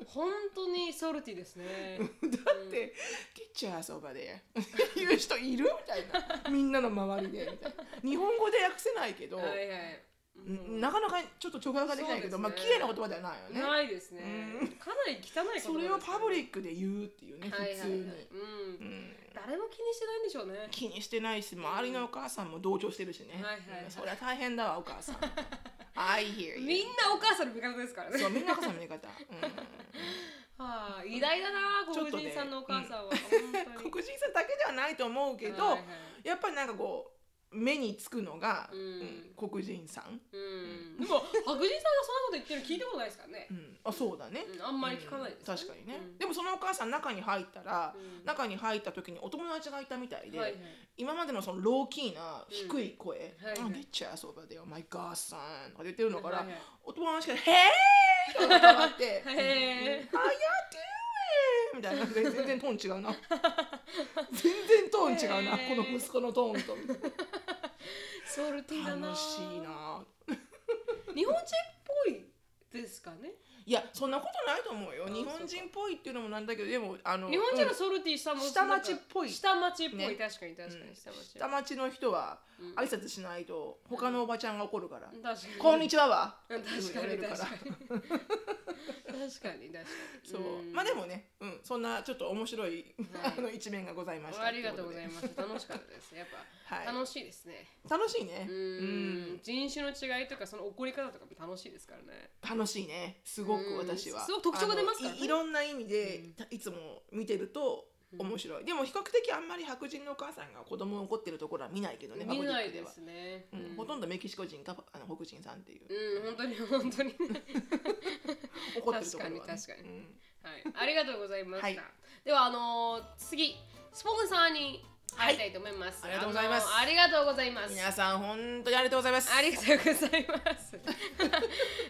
Speaker 1: 本当にソルティですね
Speaker 2: だって「get your ass over there」言う [laughs] 人いるみたい
Speaker 1: [laughs]
Speaker 2: なみんなの周りでみたいな日本語で訳せないけど、
Speaker 1: はいはいうん
Speaker 2: なかなかちょっと直訳ができないけど、
Speaker 1: そう
Speaker 2: まあ
Speaker 1: です
Speaker 2: 綺
Speaker 1: ね
Speaker 2: 麗な言葉ではないよね
Speaker 1: ないですね
Speaker 2: うん
Speaker 1: かなり汚いこと
Speaker 2: それをパブ
Speaker 1: ッ
Speaker 2: リックで言うっていうね、
Speaker 1: はい
Speaker 2: 普
Speaker 1: は
Speaker 2: 通
Speaker 1: い
Speaker 2: に、
Speaker 1: はいうん
Speaker 2: うん
Speaker 1: 誰も気にしてないんでしょうね
Speaker 2: 気にしてないし周りのお母さんも同情してるしね、
Speaker 1: はいはい
Speaker 2: うんそりゃ大変だわお
Speaker 1: [laughs]
Speaker 2: 母さん I hear
Speaker 1: みんな
Speaker 2: you
Speaker 1: お母さんの味方ですからね
Speaker 2: そうみんなお母さんの見方、
Speaker 1: はあ偉大だな
Speaker 2: ちょっと
Speaker 1: 黒
Speaker 2: ね
Speaker 1: 人さんのお母さんは本当
Speaker 2: うん、
Speaker 1: に
Speaker 2: 黒人さんだけではないと思うけど、
Speaker 1: はいはい
Speaker 2: やっぱりなんかこう目につくのが、
Speaker 1: うん
Speaker 2: うん黒人さん、
Speaker 1: うんでも白人さんがそんなこと言ってるの聞いたことないですからね
Speaker 2: うん、あそうだね、
Speaker 1: うんあんまり聞かないです
Speaker 2: うん確かにね、
Speaker 1: うん
Speaker 2: でもそのお母さん中に入ったら、
Speaker 1: うん
Speaker 2: 中に入った時にお友達がいたみたいで、
Speaker 1: はいはい
Speaker 2: 今までのそのローキーな低い声
Speaker 1: うんはい
Speaker 2: 「
Speaker 1: はい
Speaker 2: ゲッチャーそばでよマイガーさん」とか言ってるのから、
Speaker 1: はいはい
Speaker 2: お友達が「へえ!」とか上がって
Speaker 1: [laughs]
Speaker 2: 「
Speaker 1: へー
Speaker 2: うん How you doing? みたいな全全然トーン
Speaker 1: [laughs]
Speaker 2: 違うな全然トーン違うな、
Speaker 1: へー
Speaker 2: この息子のトーンと
Speaker 1: ソルティだな
Speaker 2: 楽しいな
Speaker 1: 日本人っぽいですかね
Speaker 2: いやそんなことないと思うよ
Speaker 1: あ
Speaker 2: 日本人っぽいっていうのもなんだけどでもあの
Speaker 1: 日本人
Speaker 2: う
Speaker 1: の
Speaker 2: ん
Speaker 1: ソルティしたも
Speaker 2: 下町っぽい
Speaker 1: 下町っぽ
Speaker 2: ね
Speaker 1: い確かに確か
Speaker 2: うん
Speaker 1: に下町
Speaker 2: 下町の人は挨拶しないと他のおばちゃんが怒るから
Speaker 1: 確かに
Speaker 2: 「こんにちは」は
Speaker 1: 確かに確か
Speaker 2: 言われる
Speaker 1: に
Speaker 2: から
Speaker 1: 確かに確かに
Speaker 2: そう、
Speaker 1: ん
Speaker 2: まあでもね、うん、そんなちょっと面白い、
Speaker 1: はい
Speaker 2: [laughs] あの一面がございました
Speaker 1: ありがとうござい
Speaker 2: ま [laughs]
Speaker 1: ます楽しかったですやっぱ、
Speaker 2: はい
Speaker 1: 楽しいですね
Speaker 2: す楽しいね
Speaker 1: う
Speaker 2: うん
Speaker 1: ん人種の違いとかその怒り方とかも楽しいですからね
Speaker 2: 楽しいねすご
Speaker 1: う
Speaker 2: く
Speaker 1: ん
Speaker 2: 私は
Speaker 1: すごく特徴が出ますからね
Speaker 2: あのいいろんな意味で、
Speaker 1: うん
Speaker 2: たいつも見てると面白い、でも比較的あんまり白人のお母さんが子供を怒ってるところは見ないけどね
Speaker 1: 見
Speaker 2: パブ
Speaker 1: な
Speaker 2: リッ
Speaker 1: い
Speaker 2: クで
Speaker 1: で
Speaker 2: は
Speaker 1: すね
Speaker 2: うんほとんどメキシコ人かあの黒人さんっていう、
Speaker 1: うん本当に本当にね
Speaker 2: [laughs] 怒ってるところは、ね、
Speaker 1: 確かに確かに
Speaker 2: うん
Speaker 1: はいありがとうございました、
Speaker 2: はい
Speaker 1: ではあのー次スポンサーに入りたいと思います、
Speaker 2: はいありがとうございます
Speaker 1: あのーありがとうございます
Speaker 2: 皆さん本当にありがとうございます
Speaker 1: ありがとうございます。 [laughs]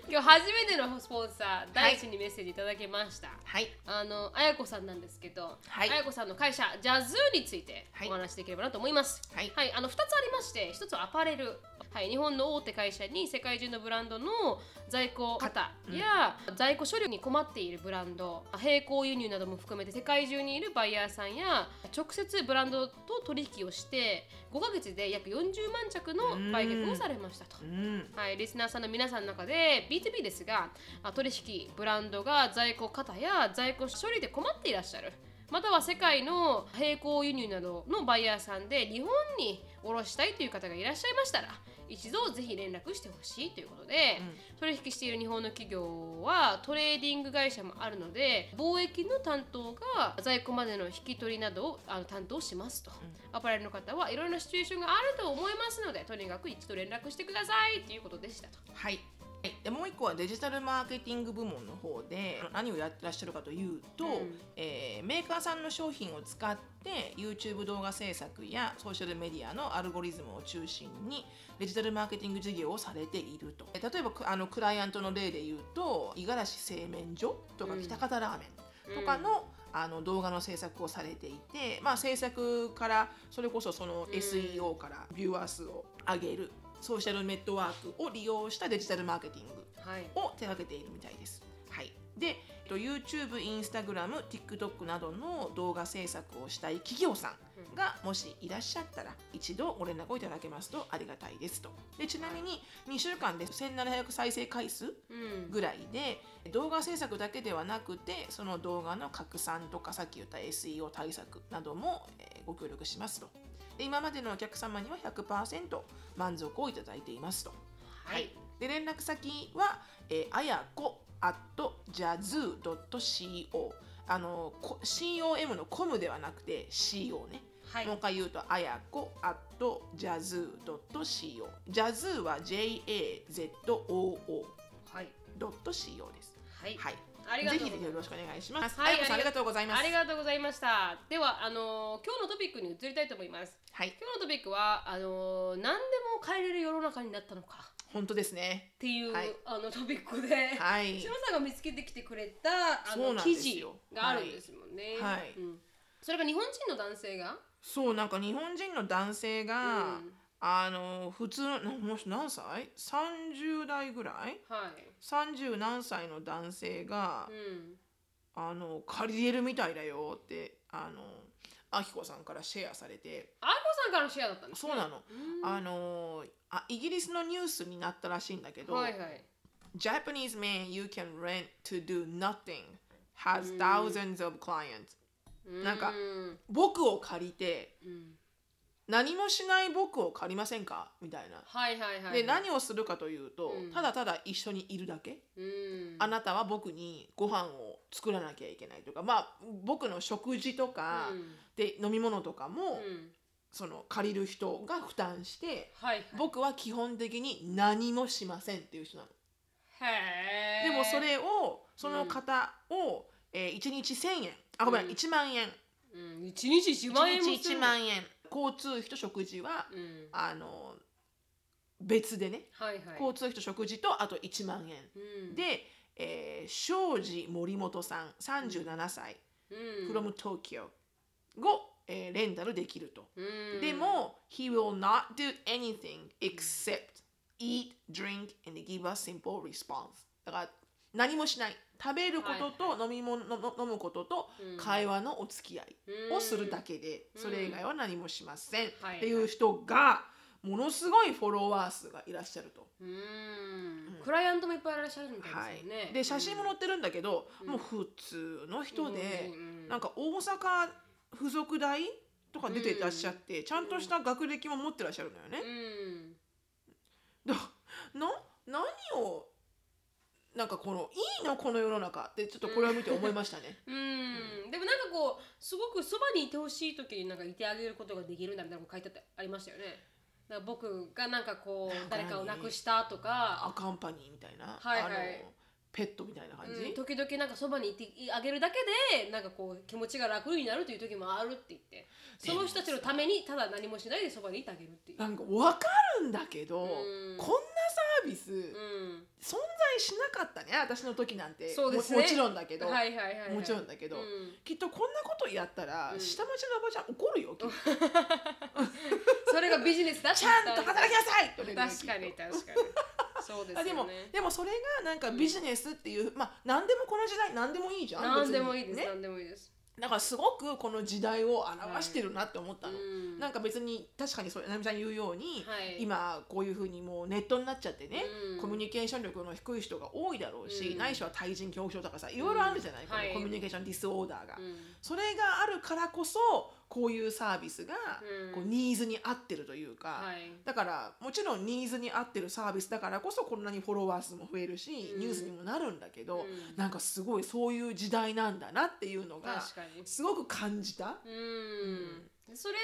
Speaker 1: 今日初めてのスポンサー、第一にメッセージいただきました。
Speaker 2: はい
Speaker 1: あの、あやこさんなんですけど、
Speaker 2: はい
Speaker 1: あやこさんの会社、ジャズについて
Speaker 2: はい
Speaker 1: お話しできればなと思います。
Speaker 2: はい
Speaker 1: あの、二つありまして、一つはアパレル。はい、日本の大手会社に世界中のブランドの在庫方や在庫処理に困っているブランド、並行輸入なども含めて世界中にいるバイヤーさんや直接ブランドと取引をして5ヶ月で約40万着の売却をされましたと
Speaker 2: う。ん
Speaker 1: はい、リスナーさんの皆さんの中で B2B ですがあ取引ブランドが在庫型や在庫処理で困っていらっしゃるまたは世界の並行輸入などのバイヤーさんで日本に卸したいという方がいらっしゃいましたら一度ぜひ連絡してほしいということで、取引している日本の企業はトレーディング会社もあるので貿易の担当が在庫までの引き取りなどをあの担当しますと、アパレルの方はいろいろなシチュエーションがあると思いますのでとにかく一度連絡してくださいということでしたと。
Speaker 2: はい。はいでもう一個はデジタルマーケティング部門の方で何をやってらっしゃるかというと、
Speaker 1: うん
Speaker 2: えーメーカーさんの商品を使って YouTube 動画制作やソーシャルメディアのアルゴリズムを中心にデジタルマーケティング事業をされているとえー例えばくあのクライアントの例で言うと五十嵐製麺所とか
Speaker 1: うん
Speaker 2: 喜多方ラーメンとかの,、あの動画の制作をされていて、まあ、制作からそれこそその
Speaker 1: うん
Speaker 2: SEO からビューアー数を上げるソーシャルネットワークを利用したデジタルマーケティング
Speaker 1: はい、
Speaker 2: を手掛けているみたいです。はい、でえっと YouTube、Instagram、TikTok などの動画制作をしたい企業さんがもしいらっしゃったら一度ご連絡をいただけますとありがたいですと。でちなみに2週間で1700再生回数
Speaker 1: うん
Speaker 2: ぐらいで動画制作だけではなくてその動画の拡散とかさっき言った SEO 対策なども、えーご協力しますとで今までのお客様には100%満足をいただいていますと、
Speaker 1: はい、
Speaker 2: で連絡先は、えー、あやこ at jazz.co あのこ COM のコムではなくて CO ね、
Speaker 1: はい
Speaker 2: もう一回言うと、あやこ at jazoo.co。jazoo は jazoo.co
Speaker 1: はい
Speaker 2: です。
Speaker 1: はい、
Speaker 2: はい。
Speaker 1: ありがと
Speaker 2: ぜ
Speaker 1: うござ
Speaker 2: ひぜ
Speaker 1: い
Speaker 2: ひよ
Speaker 1: ま
Speaker 2: ろ
Speaker 1: す
Speaker 2: しくお願いします。
Speaker 1: はい
Speaker 2: あやこさん
Speaker 1: あ
Speaker 2: あ
Speaker 1: り
Speaker 2: り
Speaker 1: が
Speaker 2: がとうございます。
Speaker 1: ありがとうございましたではあのー今日のトピックに移りたいと思います
Speaker 2: はい。
Speaker 1: 今日のトピックはあのー何でも変えれる世の中になったのかっ
Speaker 2: 本当ですね。
Speaker 1: ていう、
Speaker 2: はい
Speaker 1: あのトピックで、
Speaker 2: はい
Speaker 1: 篠。さんが見つけてきてくれたあ
Speaker 2: そ
Speaker 1: の
Speaker 2: うなん
Speaker 1: 記
Speaker 2: です
Speaker 1: 事
Speaker 2: よ
Speaker 1: があるんですもんね。
Speaker 2: はい
Speaker 1: うんそれが日本人の男性が、
Speaker 2: そう、なんか日本人の男性が、
Speaker 1: うん
Speaker 2: あの、普通の、なもし何歳 ?30 代ぐらい
Speaker 1: はい、
Speaker 2: ?30 何歳の男性が、
Speaker 1: うん、
Speaker 2: あの借りれるみたいだよってあのあきこさんからシェアされて
Speaker 1: アイコさんからのシェアだったんですね
Speaker 2: そうなの、
Speaker 1: うん
Speaker 2: あのあイギリスのニュースになったらしいんだけど、
Speaker 1: はいはい。
Speaker 2: Japanese man you can rent to do nothing has thousands of clients なんか
Speaker 1: うん
Speaker 2: 僕を借りて
Speaker 1: うん
Speaker 2: 何もしない僕を借りませんかみたいな。
Speaker 1: はいはいはい。
Speaker 2: で何をするかというと、
Speaker 1: うん
Speaker 2: ただただ一緒にいるだけ、
Speaker 1: うん、
Speaker 2: あなたは僕にご飯を作らなきゃいけないとかまあ僕の食事とか、
Speaker 1: うん
Speaker 2: で飲み物とかも、
Speaker 1: うん
Speaker 2: その借りる人が負担して
Speaker 1: はいはい。
Speaker 2: 僕は基本的に何もしませんっていう人なの。
Speaker 1: へー
Speaker 2: でもそ、れをその方を、えー1日1,000円あごめん、
Speaker 1: うん
Speaker 2: 1万円
Speaker 1: うん、一日一万円
Speaker 2: 1
Speaker 1: もする
Speaker 2: 日1万円交通費と食事は、
Speaker 1: うん、
Speaker 2: あの別でね、
Speaker 1: はいはい。
Speaker 2: 交通費と食事とあと1万円、
Speaker 1: うん、
Speaker 2: で、えー庄司森本さん37歳、
Speaker 1: うん、
Speaker 2: from Tokyo を、えーレンタルできると。
Speaker 1: うん、
Speaker 2: でも、he will not do anything except eat, drink, and give a simple response. だから、何もしない。食べること
Speaker 1: は
Speaker 2: と飲み物、の飲むことと
Speaker 1: うん
Speaker 2: 会話のお付き合いをするだけで、
Speaker 1: うん
Speaker 2: それ以外は何もしません。っ
Speaker 1: はい
Speaker 2: ていう人が、ものすごいフォロワー数がいらっしゃると。
Speaker 1: うん、クライアントもいっぱいいらっしゃるみたい
Speaker 2: は
Speaker 1: ですよね。
Speaker 2: い、で、写真も載ってるんだけど、
Speaker 1: うん
Speaker 2: もう普通の人で、
Speaker 1: うんうんうん
Speaker 2: なんか大阪付属大とか出ていらっしゃって、ちゃんとした学歴も持ってらっしゃるのよね。
Speaker 1: うん、
Speaker 2: だな何をなんかこのいいのこの世の中ってちょっとこれを見て思いましたね。
Speaker 1: うん、でもなんかこうすごくそばにいてほしい時になんかいてあげることができるんだみたいなのが書いてあってありましたよね。だから僕がなんかこう
Speaker 2: なんか
Speaker 1: 誰
Speaker 2: 何
Speaker 1: かを亡くしたとか、
Speaker 2: アカンパニーみたいな、
Speaker 1: はいはい
Speaker 2: あのペットみたいな感じ。
Speaker 1: うん時々なんかそばにいてあげるだけでなんかこう気持ちが楽になるという時もあるって言ってその人たちのためにただ何もしないでそばにいてあげるっていう。
Speaker 2: なんかわかるんだけど、
Speaker 1: うん
Speaker 2: こんなサービス、
Speaker 1: うん、
Speaker 2: 存在しなかったね私の時なんて
Speaker 1: そうですね
Speaker 2: ももちろんだけど、
Speaker 1: はいはいはいはい、
Speaker 2: もちろんだけど、
Speaker 1: うん
Speaker 2: きっとこんなことやったら、
Speaker 1: うん
Speaker 2: 下町のおばちゃん怒るよきっと
Speaker 1: それがビジネスだっ
Speaker 2: ち
Speaker 1: て
Speaker 2: ゃんと働きなさいって言われるよ
Speaker 1: 確かに
Speaker 2: きっと
Speaker 1: 確かにそうですよね
Speaker 2: あでもでもそれがなんかビジネスっていう、まあ何でもこの時代何でもいいじゃん
Speaker 1: 何でもいいです、
Speaker 2: 別にね
Speaker 1: 何でもいいです、
Speaker 2: だからすごくこの時代を表してるなって思ったの、
Speaker 1: うん
Speaker 2: なんか別に確かにそうなみちゃん言うように、
Speaker 1: はい
Speaker 2: 今こういうふうにもうネットになっちゃってね、
Speaker 1: うん
Speaker 2: コミュニケーション力の低い人が多いだろうし、
Speaker 1: うん
Speaker 2: ないしは対人恐怖症とかさいろいろあるじゃない、
Speaker 1: うん
Speaker 2: この
Speaker 1: はい
Speaker 2: コミュニケーションディスオーダーが、
Speaker 1: うん
Speaker 2: それがあるからこそこういうサービスが
Speaker 1: うん
Speaker 2: こうニーズに合ってるというか、
Speaker 1: はい
Speaker 2: だからもちろんニーズに合ってるサービスだからこそこんなにフォロワー数も増えるし、
Speaker 1: うん
Speaker 2: ニュースにもなるんだけ
Speaker 1: う
Speaker 2: ど、
Speaker 1: ん
Speaker 2: なんかすごいそういう時代なんだなっていうのが
Speaker 1: 確かに
Speaker 2: すごく感じた。
Speaker 1: うんそれで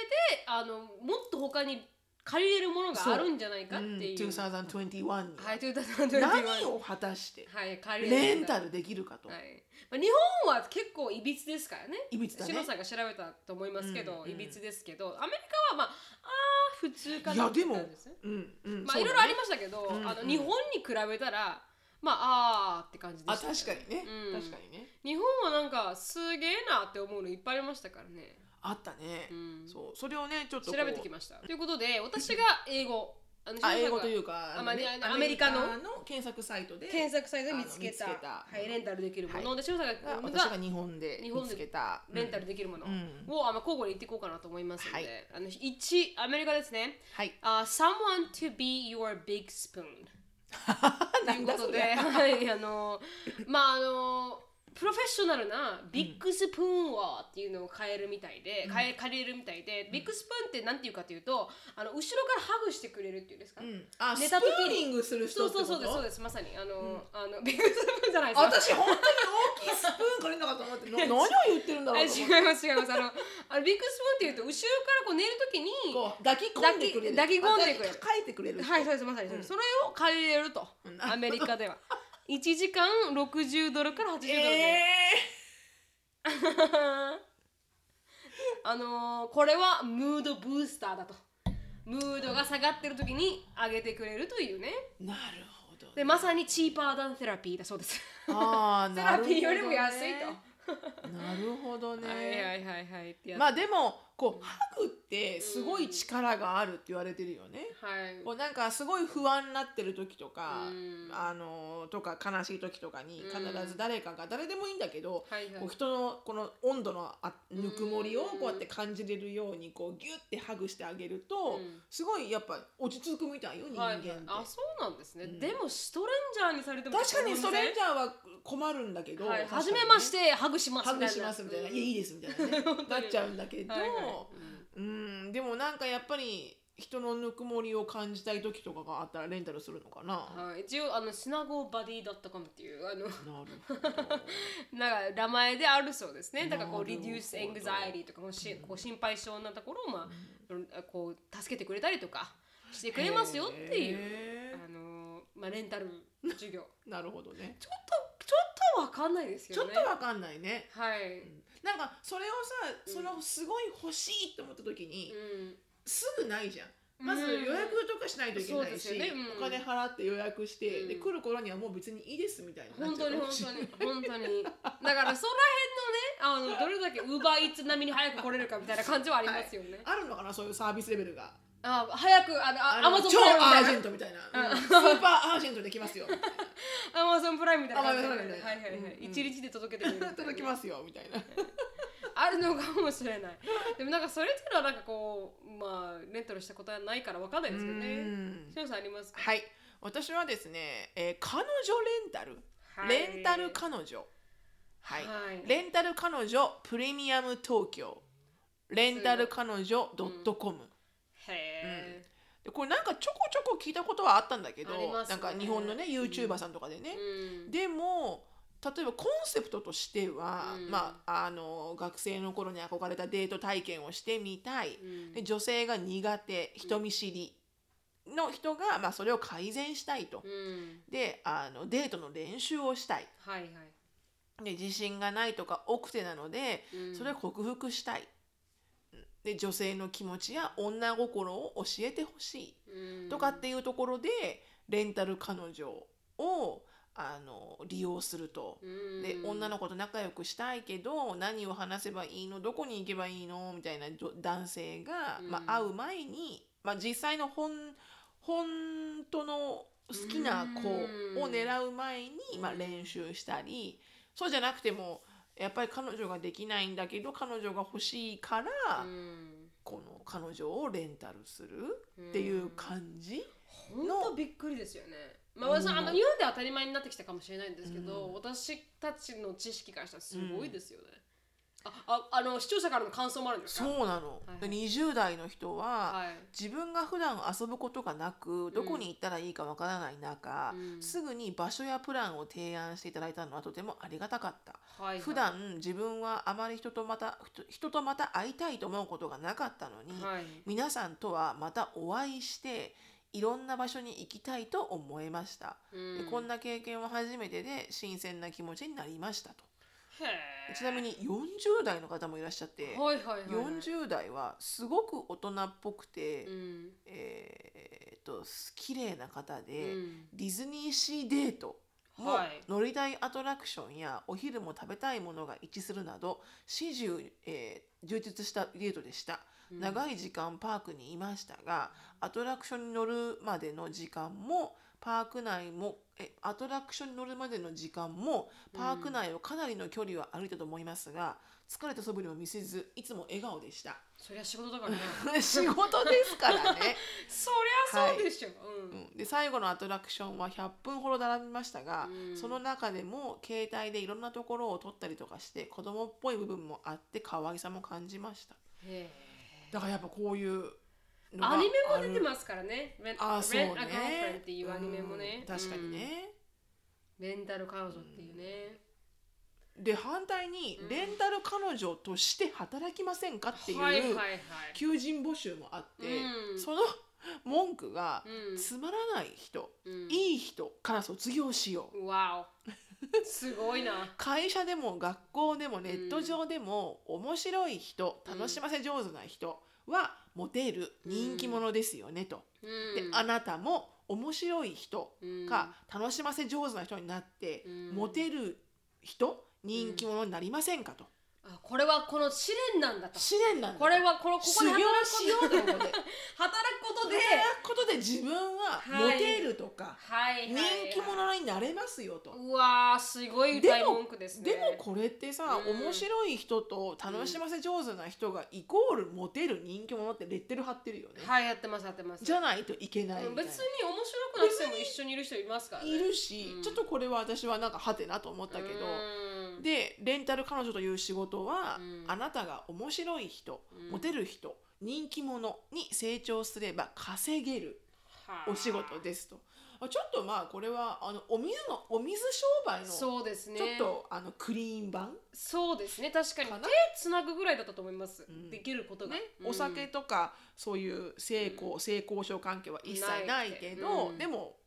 Speaker 1: あのもっと他に借りれるものがあるんじゃないかっていう、
Speaker 2: 2021に
Speaker 1: はい2021
Speaker 2: 何を果たして
Speaker 1: はい借りれ
Speaker 2: レ
Speaker 1: るん
Speaker 2: ン
Speaker 1: だ
Speaker 2: タルできるかと
Speaker 1: は。いまあ、日本は結構いびつですからね
Speaker 2: いびつだ
Speaker 1: 志
Speaker 2: ね
Speaker 1: 麻、。さんが調べたと思いますけど、
Speaker 2: うんうん
Speaker 1: いびつですけどアメリカはまああー普通か
Speaker 2: い
Speaker 1: な
Speaker 2: や
Speaker 1: って
Speaker 2: で
Speaker 1: 言
Speaker 2: も
Speaker 1: ったんですね、
Speaker 2: うんうん。
Speaker 1: まあ
Speaker 2: そう
Speaker 1: いろい
Speaker 2: だね
Speaker 1: ろありましたけど、
Speaker 2: うん
Speaker 1: あの
Speaker 2: うん
Speaker 1: 日本に比べたらまああーって感じで
Speaker 2: あ
Speaker 1: した、
Speaker 2: 確かにね、
Speaker 1: うん
Speaker 2: 確かにね。
Speaker 1: 日本はなんかすげえなって思うのいっぱいありましたからね、
Speaker 2: あったね。
Speaker 1: うん、調
Speaker 2: そうそれをねちょっとこう
Speaker 1: べてきましたということで私が英語あの
Speaker 2: あ英語といううか
Speaker 1: あまあね
Speaker 2: あ
Speaker 1: アメリカの
Speaker 2: 検索サイトで
Speaker 1: 検索サイトで見つけた
Speaker 2: あの見つけた
Speaker 1: はい、レンタルできるもの、
Speaker 2: は
Speaker 1: で篠原
Speaker 2: が
Speaker 1: さん
Speaker 2: 私
Speaker 1: が
Speaker 2: が日本で
Speaker 1: 日本
Speaker 2: 見
Speaker 1: で
Speaker 2: つけた
Speaker 1: レンタル
Speaker 2: うん
Speaker 1: できるものを、
Speaker 2: うん
Speaker 1: あの交互に言っていこうかなと思いますので、
Speaker 2: はい
Speaker 1: あの1アメリカですね、
Speaker 2: はい
Speaker 1: uh, someone to be your big spoon と
Speaker 2: [laughs] ないん
Speaker 1: う
Speaker 2: だ
Speaker 1: こ
Speaker 2: そ
Speaker 1: と
Speaker 2: れ
Speaker 1: で、はい、あのまああのプロフェッショナルなビッグスプーンはっていうのを変えるみたいで、変え借りれるみたいでビッグスプーンってなんていうかというとあの後ろからハグしてくれるっていうんですか、
Speaker 2: うんあ
Speaker 1: 寝
Speaker 2: ス
Speaker 1: た
Speaker 2: プ
Speaker 1: 時に
Speaker 2: ーニングする
Speaker 1: そ
Speaker 2: 人
Speaker 1: う
Speaker 2: って
Speaker 1: そうそう
Speaker 2: こ
Speaker 1: ですそう
Speaker 2: と
Speaker 1: ですまさにあの、あのビッグスプーンじゃないですか
Speaker 2: 私本当に大きいスプーンくれるのかと
Speaker 1: [laughs]
Speaker 2: 思ってな何を言ってるんだ
Speaker 1: あ
Speaker 2: ろ
Speaker 1: 違
Speaker 2: う
Speaker 1: い
Speaker 2: と思って
Speaker 1: ます違いますあのあのビッグスプーンっていうと後ろからこう寝るときに
Speaker 2: こう抱き込んでくれる
Speaker 1: 抱き抱き込んでくれる
Speaker 2: あ抱きかかえてくれる人
Speaker 1: はいそうですまさにそうです、それを借りれると
Speaker 2: うん
Speaker 1: アメリカでは1時間60ドルから80ドルで、
Speaker 2: え
Speaker 1: [laughs] あのーこれはムードブースターだとムードが下がってる時に上げてくれるというね
Speaker 2: ー、なるほど
Speaker 1: でまさにチーパーダンセラピーだそうです
Speaker 2: あー
Speaker 1: セ
Speaker 2: な
Speaker 1: ラ
Speaker 2: るほど、
Speaker 1: ピ
Speaker 2: ね、
Speaker 1: ーよりも安いと、
Speaker 2: なるほど
Speaker 1: [laughs]
Speaker 2: ね、
Speaker 1: はいはいはいはいってやつ
Speaker 2: まあでもこうハグってすごい力があるって言われてるよね、
Speaker 1: はい
Speaker 2: こうなんかすごい不安になってる時とか、
Speaker 1: うん
Speaker 2: あのとか悲しい時とかに必ず誰かが、誰でもいいんだけど、
Speaker 1: はいはい
Speaker 2: こう人のこの温度のあぬくもりをこうやって感じれるようにこうギュッてハグしてあげると、
Speaker 1: うん
Speaker 2: すごいやっぱ落ち着くみたいよ人間
Speaker 1: は
Speaker 2: っ
Speaker 1: い
Speaker 2: て。
Speaker 1: あそうなんですね、
Speaker 2: うん
Speaker 1: でもストレンジャーにされても
Speaker 2: 確かにストレンジ
Speaker 1: ャ
Speaker 2: ャーは困るんだけど、
Speaker 1: はい、
Speaker 2: 確かに
Speaker 1: 初
Speaker 2: ね
Speaker 1: めましてハグします
Speaker 2: ハグしますみたいな「いやいいです」みたいなねなっちゃうんだけど、
Speaker 1: はいはい
Speaker 2: うんでもなんかやっぱり人のぬくもりを感じたい時とかがあったらレンタルするのかな、
Speaker 1: うんはい、一応あのシナゴーバディドットコムっていうあの
Speaker 2: なるほど
Speaker 1: [laughs] なんか名前であるそうですね。だからこう、
Speaker 2: なるほど
Speaker 1: reduce anxiety とかもし、こう心配性なところを、まあ、こう、助けてくれたりとかしてくれますよっていう、
Speaker 2: へ
Speaker 1: あのー、まあ、レンタル授業。
Speaker 2: ーなるほどね
Speaker 1: ちょっと、ちょっとわかんないです
Speaker 2: ちょ
Speaker 1: よ
Speaker 2: っ
Speaker 1: ね。
Speaker 2: とわかんないね
Speaker 1: はい。
Speaker 2: なんかそれをさそのすごい欲しいって思った時に、
Speaker 1: うん。
Speaker 2: すぐないじゃんまず予約とかしないといけないし、
Speaker 1: そうですよねうん
Speaker 2: お金払って予約して、
Speaker 1: うん
Speaker 2: で来る頃にはもう別にいいですみたいになっ
Speaker 1: 本
Speaker 2: ちゃ
Speaker 1: 当
Speaker 2: う
Speaker 1: に
Speaker 2: か
Speaker 1: 本
Speaker 2: もしれ
Speaker 1: 当
Speaker 2: ない
Speaker 1: に本当にだからその辺のねあのどれだけウーバーイーツ並みに早く来れるかみたいな感じはありますよね、
Speaker 2: あるのかなそういうサービスレベルが
Speaker 1: あ早くあのあ
Speaker 2: あ
Speaker 1: ア
Speaker 2: の
Speaker 1: マゾンプ
Speaker 2: 超
Speaker 1: ライムみ
Speaker 2: アー
Speaker 1: た
Speaker 2: ジェ
Speaker 1: い
Speaker 2: ントみたいな、
Speaker 1: うん
Speaker 2: うんスーパーアージェントできま
Speaker 1: [laughs]
Speaker 2: すよみ [laughs] たい
Speaker 1: なアマゾンプライムみたいな感じで
Speaker 2: あ
Speaker 1: は
Speaker 2: ま
Speaker 1: い
Speaker 2: あ
Speaker 1: はい
Speaker 2: まあまあ
Speaker 1: はい
Speaker 2: うん
Speaker 1: 一日で届けてくれるみたいな
Speaker 2: な届きますよみたいな
Speaker 1: あるのかもしれないでもなんかそれっていうのはなんかこうまあレンタルしたことはないからわかんないですけどね
Speaker 2: うん
Speaker 1: しのさんありますか
Speaker 2: はい私はですね、えー彼女レンタル、レンタル彼女はい、
Speaker 1: はい
Speaker 2: レンタル彼女プレミアム東京レンタル彼女 .com、
Speaker 1: へえ
Speaker 2: でこれなんかちょこちょこ聞いたことはあったんだけど、
Speaker 1: あります
Speaker 2: な
Speaker 1: ね
Speaker 2: んか日本のね YouTuber さんとかでね、
Speaker 1: うん
Speaker 2: でも例えばコンセプトとしては、
Speaker 1: うん
Speaker 2: まあ、あの学生の頃に憧れたデート体験をしてみたい、
Speaker 1: うん
Speaker 2: で女性が苦手人見知りの人が、まあ、それを改善したいと、
Speaker 1: うん
Speaker 2: であのデートの練習をしたい
Speaker 1: はいはい
Speaker 2: で自信がないとか奥手なので
Speaker 1: うん
Speaker 2: それを克服したい、うんで女性の気持ちや女心を教えてほしい
Speaker 1: うん
Speaker 2: とかっていうところでレンタル彼女をあの利用すると。
Speaker 1: うん
Speaker 2: で女の子と仲良くしたいけど何を話せばいいのどこに行けばいいのみたいなど男性が、
Speaker 1: うん
Speaker 2: まあ、会う前に、まあ、実際の本本当の好きな子を狙う前に、
Speaker 1: うん
Speaker 2: まあ、練習したりそうじゃなくてもやっぱり彼女ができないんだけど彼女が欲しいから、
Speaker 1: うん
Speaker 2: この彼女をレンタルするっていう感じ、
Speaker 1: 本当びっくりですよね。まあ、私あの日本では当たり前になってきたかもしれないんですけど、
Speaker 2: うん
Speaker 1: 私たちの知識からしたらすごいですよね。あああの視聴者からの感想もあるんですか
Speaker 2: そうなの、
Speaker 1: はい
Speaker 2: で20代の人は、
Speaker 1: はい、
Speaker 2: 自分が普段遊ぶことがなくどこに行ったらいいかわからない中、
Speaker 1: うん
Speaker 2: すぐに場所やプランを提案していただいたのはとてもありがたかった、
Speaker 1: はいはい、
Speaker 2: 普段自分はあまり人とまた人人とまた会いたいと思うことがなかったのに、
Speaker 1: はい、
Speaker 2: 皆さんとはまたお会いしていろんな場所に行きたいと思えました、でこん
Speaker 1: な
Speaker 2: な経験は初めてで新鮮な気持ちになりましたと
Speaker 1: へー
Speaker 2: ちなみに40代の方もいらっしゃって、
Speaker 1: はいはいはいはい、
Speaker 2: 40代はすごく大人っぽくて、
Speaker 1: うん
Speaker 2: えーっと綺麗な方
Speaker 1: う
Speaker 2: で、
Speaker 1: ん
Speaker 2: ディズニーシーデートも
Speaker 1: はい
Speaker 2: 乗りたいアトラクションやお昼も食べたいものが一致するなど始終、えー充実したデートでした、
Speaker 1: うん
Speaker 2: 長い時間パークにいましたがアトラクションに乗るまでの時間もパーク内もえアトラクションに乗るまでの時間もパーク内をかなりの距離を歩いたと思いますが、疲れた素振りも見せずいつも笑顔でした
Speaker 1: そりゃ仕事だから
Speaker 2: [laughs]
Speaker 1: ね
Speaker 2: 仕事ですからね、
Speaker 1: そりゃそうでしょ、
Speaker 2: う
Speaker 1: うん
Speaker 2: ん、で最後のアトラクションは100分ほど並びましたが、
Speaker 1: うん
Speaker 2: その中でも携帯でいろんなところを撮ったりとかして子供っぽい部分もあって可愛さも感じました
Speaker 1: へ
Speaker 2: だからやっぱこういうのが
Speaker 1: アニメも
Speaker 2: あ
Speaker 1: 出
Speaker 2: る
Speaker 1: てますからね「レン
Speaker 2: あそうね
Speaker 1: Rent a Girlfriend」っていうアニメもね、
Speaker 2: うん確かにね、
Speaker 1: うんレンタル彼女っていうね、
Speaker 2: で反対に
Speaker 1: うん
Speaker 2: レンタル彼女として働きませんかってい
Speaker 1: はいはいうはい
Speaker 2: 求人募集もあって、
Speaker 1: うん
Speaker 2: その文句が
Speaker 1: うん
Speaker 2: つまらない人、
Speaker 1: うん
Speaker 2: いい人から卒業しよう
Speaker 1: わおすごいな
Speaker 2: 会社でも学校でもネット上でも面白い人楽しませ上手な人はモテる人気者ですよねと、
Speaker 1: うん
Speaker 2: であなたも面白い人か楽しませ上手な人になって、
Speaker 1: うん
Speaker 2: モテる人人気者になりませんかと、
Speaker 1: あこれはこの試練なんだと
Speaker 2: 試練なんだと
Speaker 1: これはこのここ
Speaker 2: 修
Speaker 1: で
Speaker 2: 行
Speaker 1: 働く
Speaker 2: しよ
Speaker 1: [laughs]
Speaker 2: うとここ
Speaker 1: こ
Speaker 2: で
Speaker 1: とで
Speaker 2: 働くことで自分はモテるとか、
Speaker 1: はいはい、はい、
Speaker 2: 人気者になれますよと、
Speaker 1: うわーすごい歌い文句ですね
Speaker 2: でもこれってさ、
Speaker 1: うん
Speaker 2: 面白い人と楽しませ上手な人がイコールモテる人気者ってレッテル貼ってるよね、
Speaker 1: はいやってますやってます
Speaker 2: じゃないといけないみ
Speaker 1: うん
Speaker 2: たい
Speaker 1: 別
Speaker 2: な、
Speaker 1: に面白くなくても一緒にいる人いますからね
Speaker 2: いるし、
Speaker 1: うん
Speaker 2: ちょっとこれは私はなんかハテナと思ったけど、
Speaker 1: うん
Speaker 2: でレンタル彼女という仕事は、
Speaker 1: うん
Speaker 2: あなたが面白い人、
Speaker 1: うん
Speaker 2: モテる人人気者に成長すれば稼げる
Speaker 1: はあ
Speaker 2: お仕事ですとあちょっとまあこれはあのお水のお水商売のちょっ
Speaker 1: そうですね
Speaker 2: とあのクリーン版、
Speaker 1: そうですね確かに
Speaker 2: かな
Speaker 1: 手つなぐぐらいだったと思います、
Speaker 2: うん
Speaker 1: できることが、
Speaker 2: ね
Speaker 1: うん
Speaker 2: お酒とかそういう性交、性交渉関係は一切ないけ
Speaker 1: ない
Speaker 2: ど、
Speaker 1: けうん
Speaker 2: でも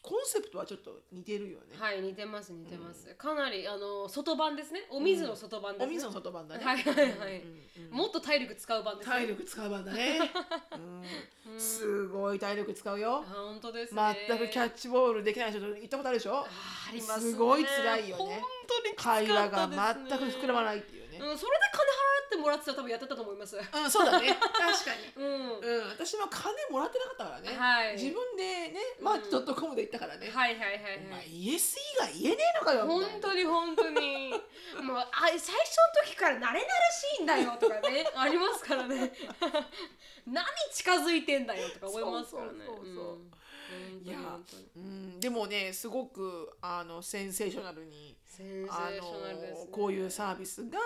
Speaker 2: コンセプトはちょっと似てるよね、
Speaker 1: はい似てます似てます、かなりあの外版ですねお水の外版です、ね
Speaker 2: お水の外版だね、
Speaker 1: はいはいはい
Speaker 2: うんうんうん
Speaker 1: もっと体力使う版ですね
Speaker 2: 体力使う版だね、
Speaker 1: う
Speaker 2: うん、
Speaker 1: ん
Speaker 2: すごい体力使うよ
Speaker 1: あ本当ですね
Speaker 2: 全くキャッチボールできない人と行ったことあるでしょ
Speaker 1: あありますね
Speaker 2: すごい辛いよね
Speaker 1: 本当にきつかったで
Speaker 2: 会
Speaker 1: す、ね、
Speaker 2: 話が全く膨らまないっていうね
Speaker 1: うん、それで金払ってもらってたら多分やってたと思います。う
Speaker 2: うん、そ
Speaker 1: [laughs]
Speaker 2: うだね確かに
Speaker 1: ん。はい
Speaker 2: うん、私も金もらってなかったからね、
Speaker 1: はい
Speaker 2: 自分でね
Speaker 1: うん
Speaker 2: マーチドットコムで行ったからね、
Speaker 1: はいはい
Speaker 2: お
Speaker 1: はい
Speaker 2: 前。イエス以外言えねえのかよみ
Speaker 1: 本
Speaker 2: たいな
Speaker 1: 当に本当にもうあ最初の時から慣れ慣れしいんだよとかね [laughs] ありますからね何近づいてんだよとか思いますからね
Speaker 2: そうそうそうそう
Speaker 1: うん本当に
Speaker 2: いや
Speaker 1: 本当に
Speaker 2: うん、でもねすごくあのセンセーショナルに
Speaker 1: センセ
Speaker 2: あ
Speaker 1: ーショナルです、ね
Speaker 2: のこういうサービスが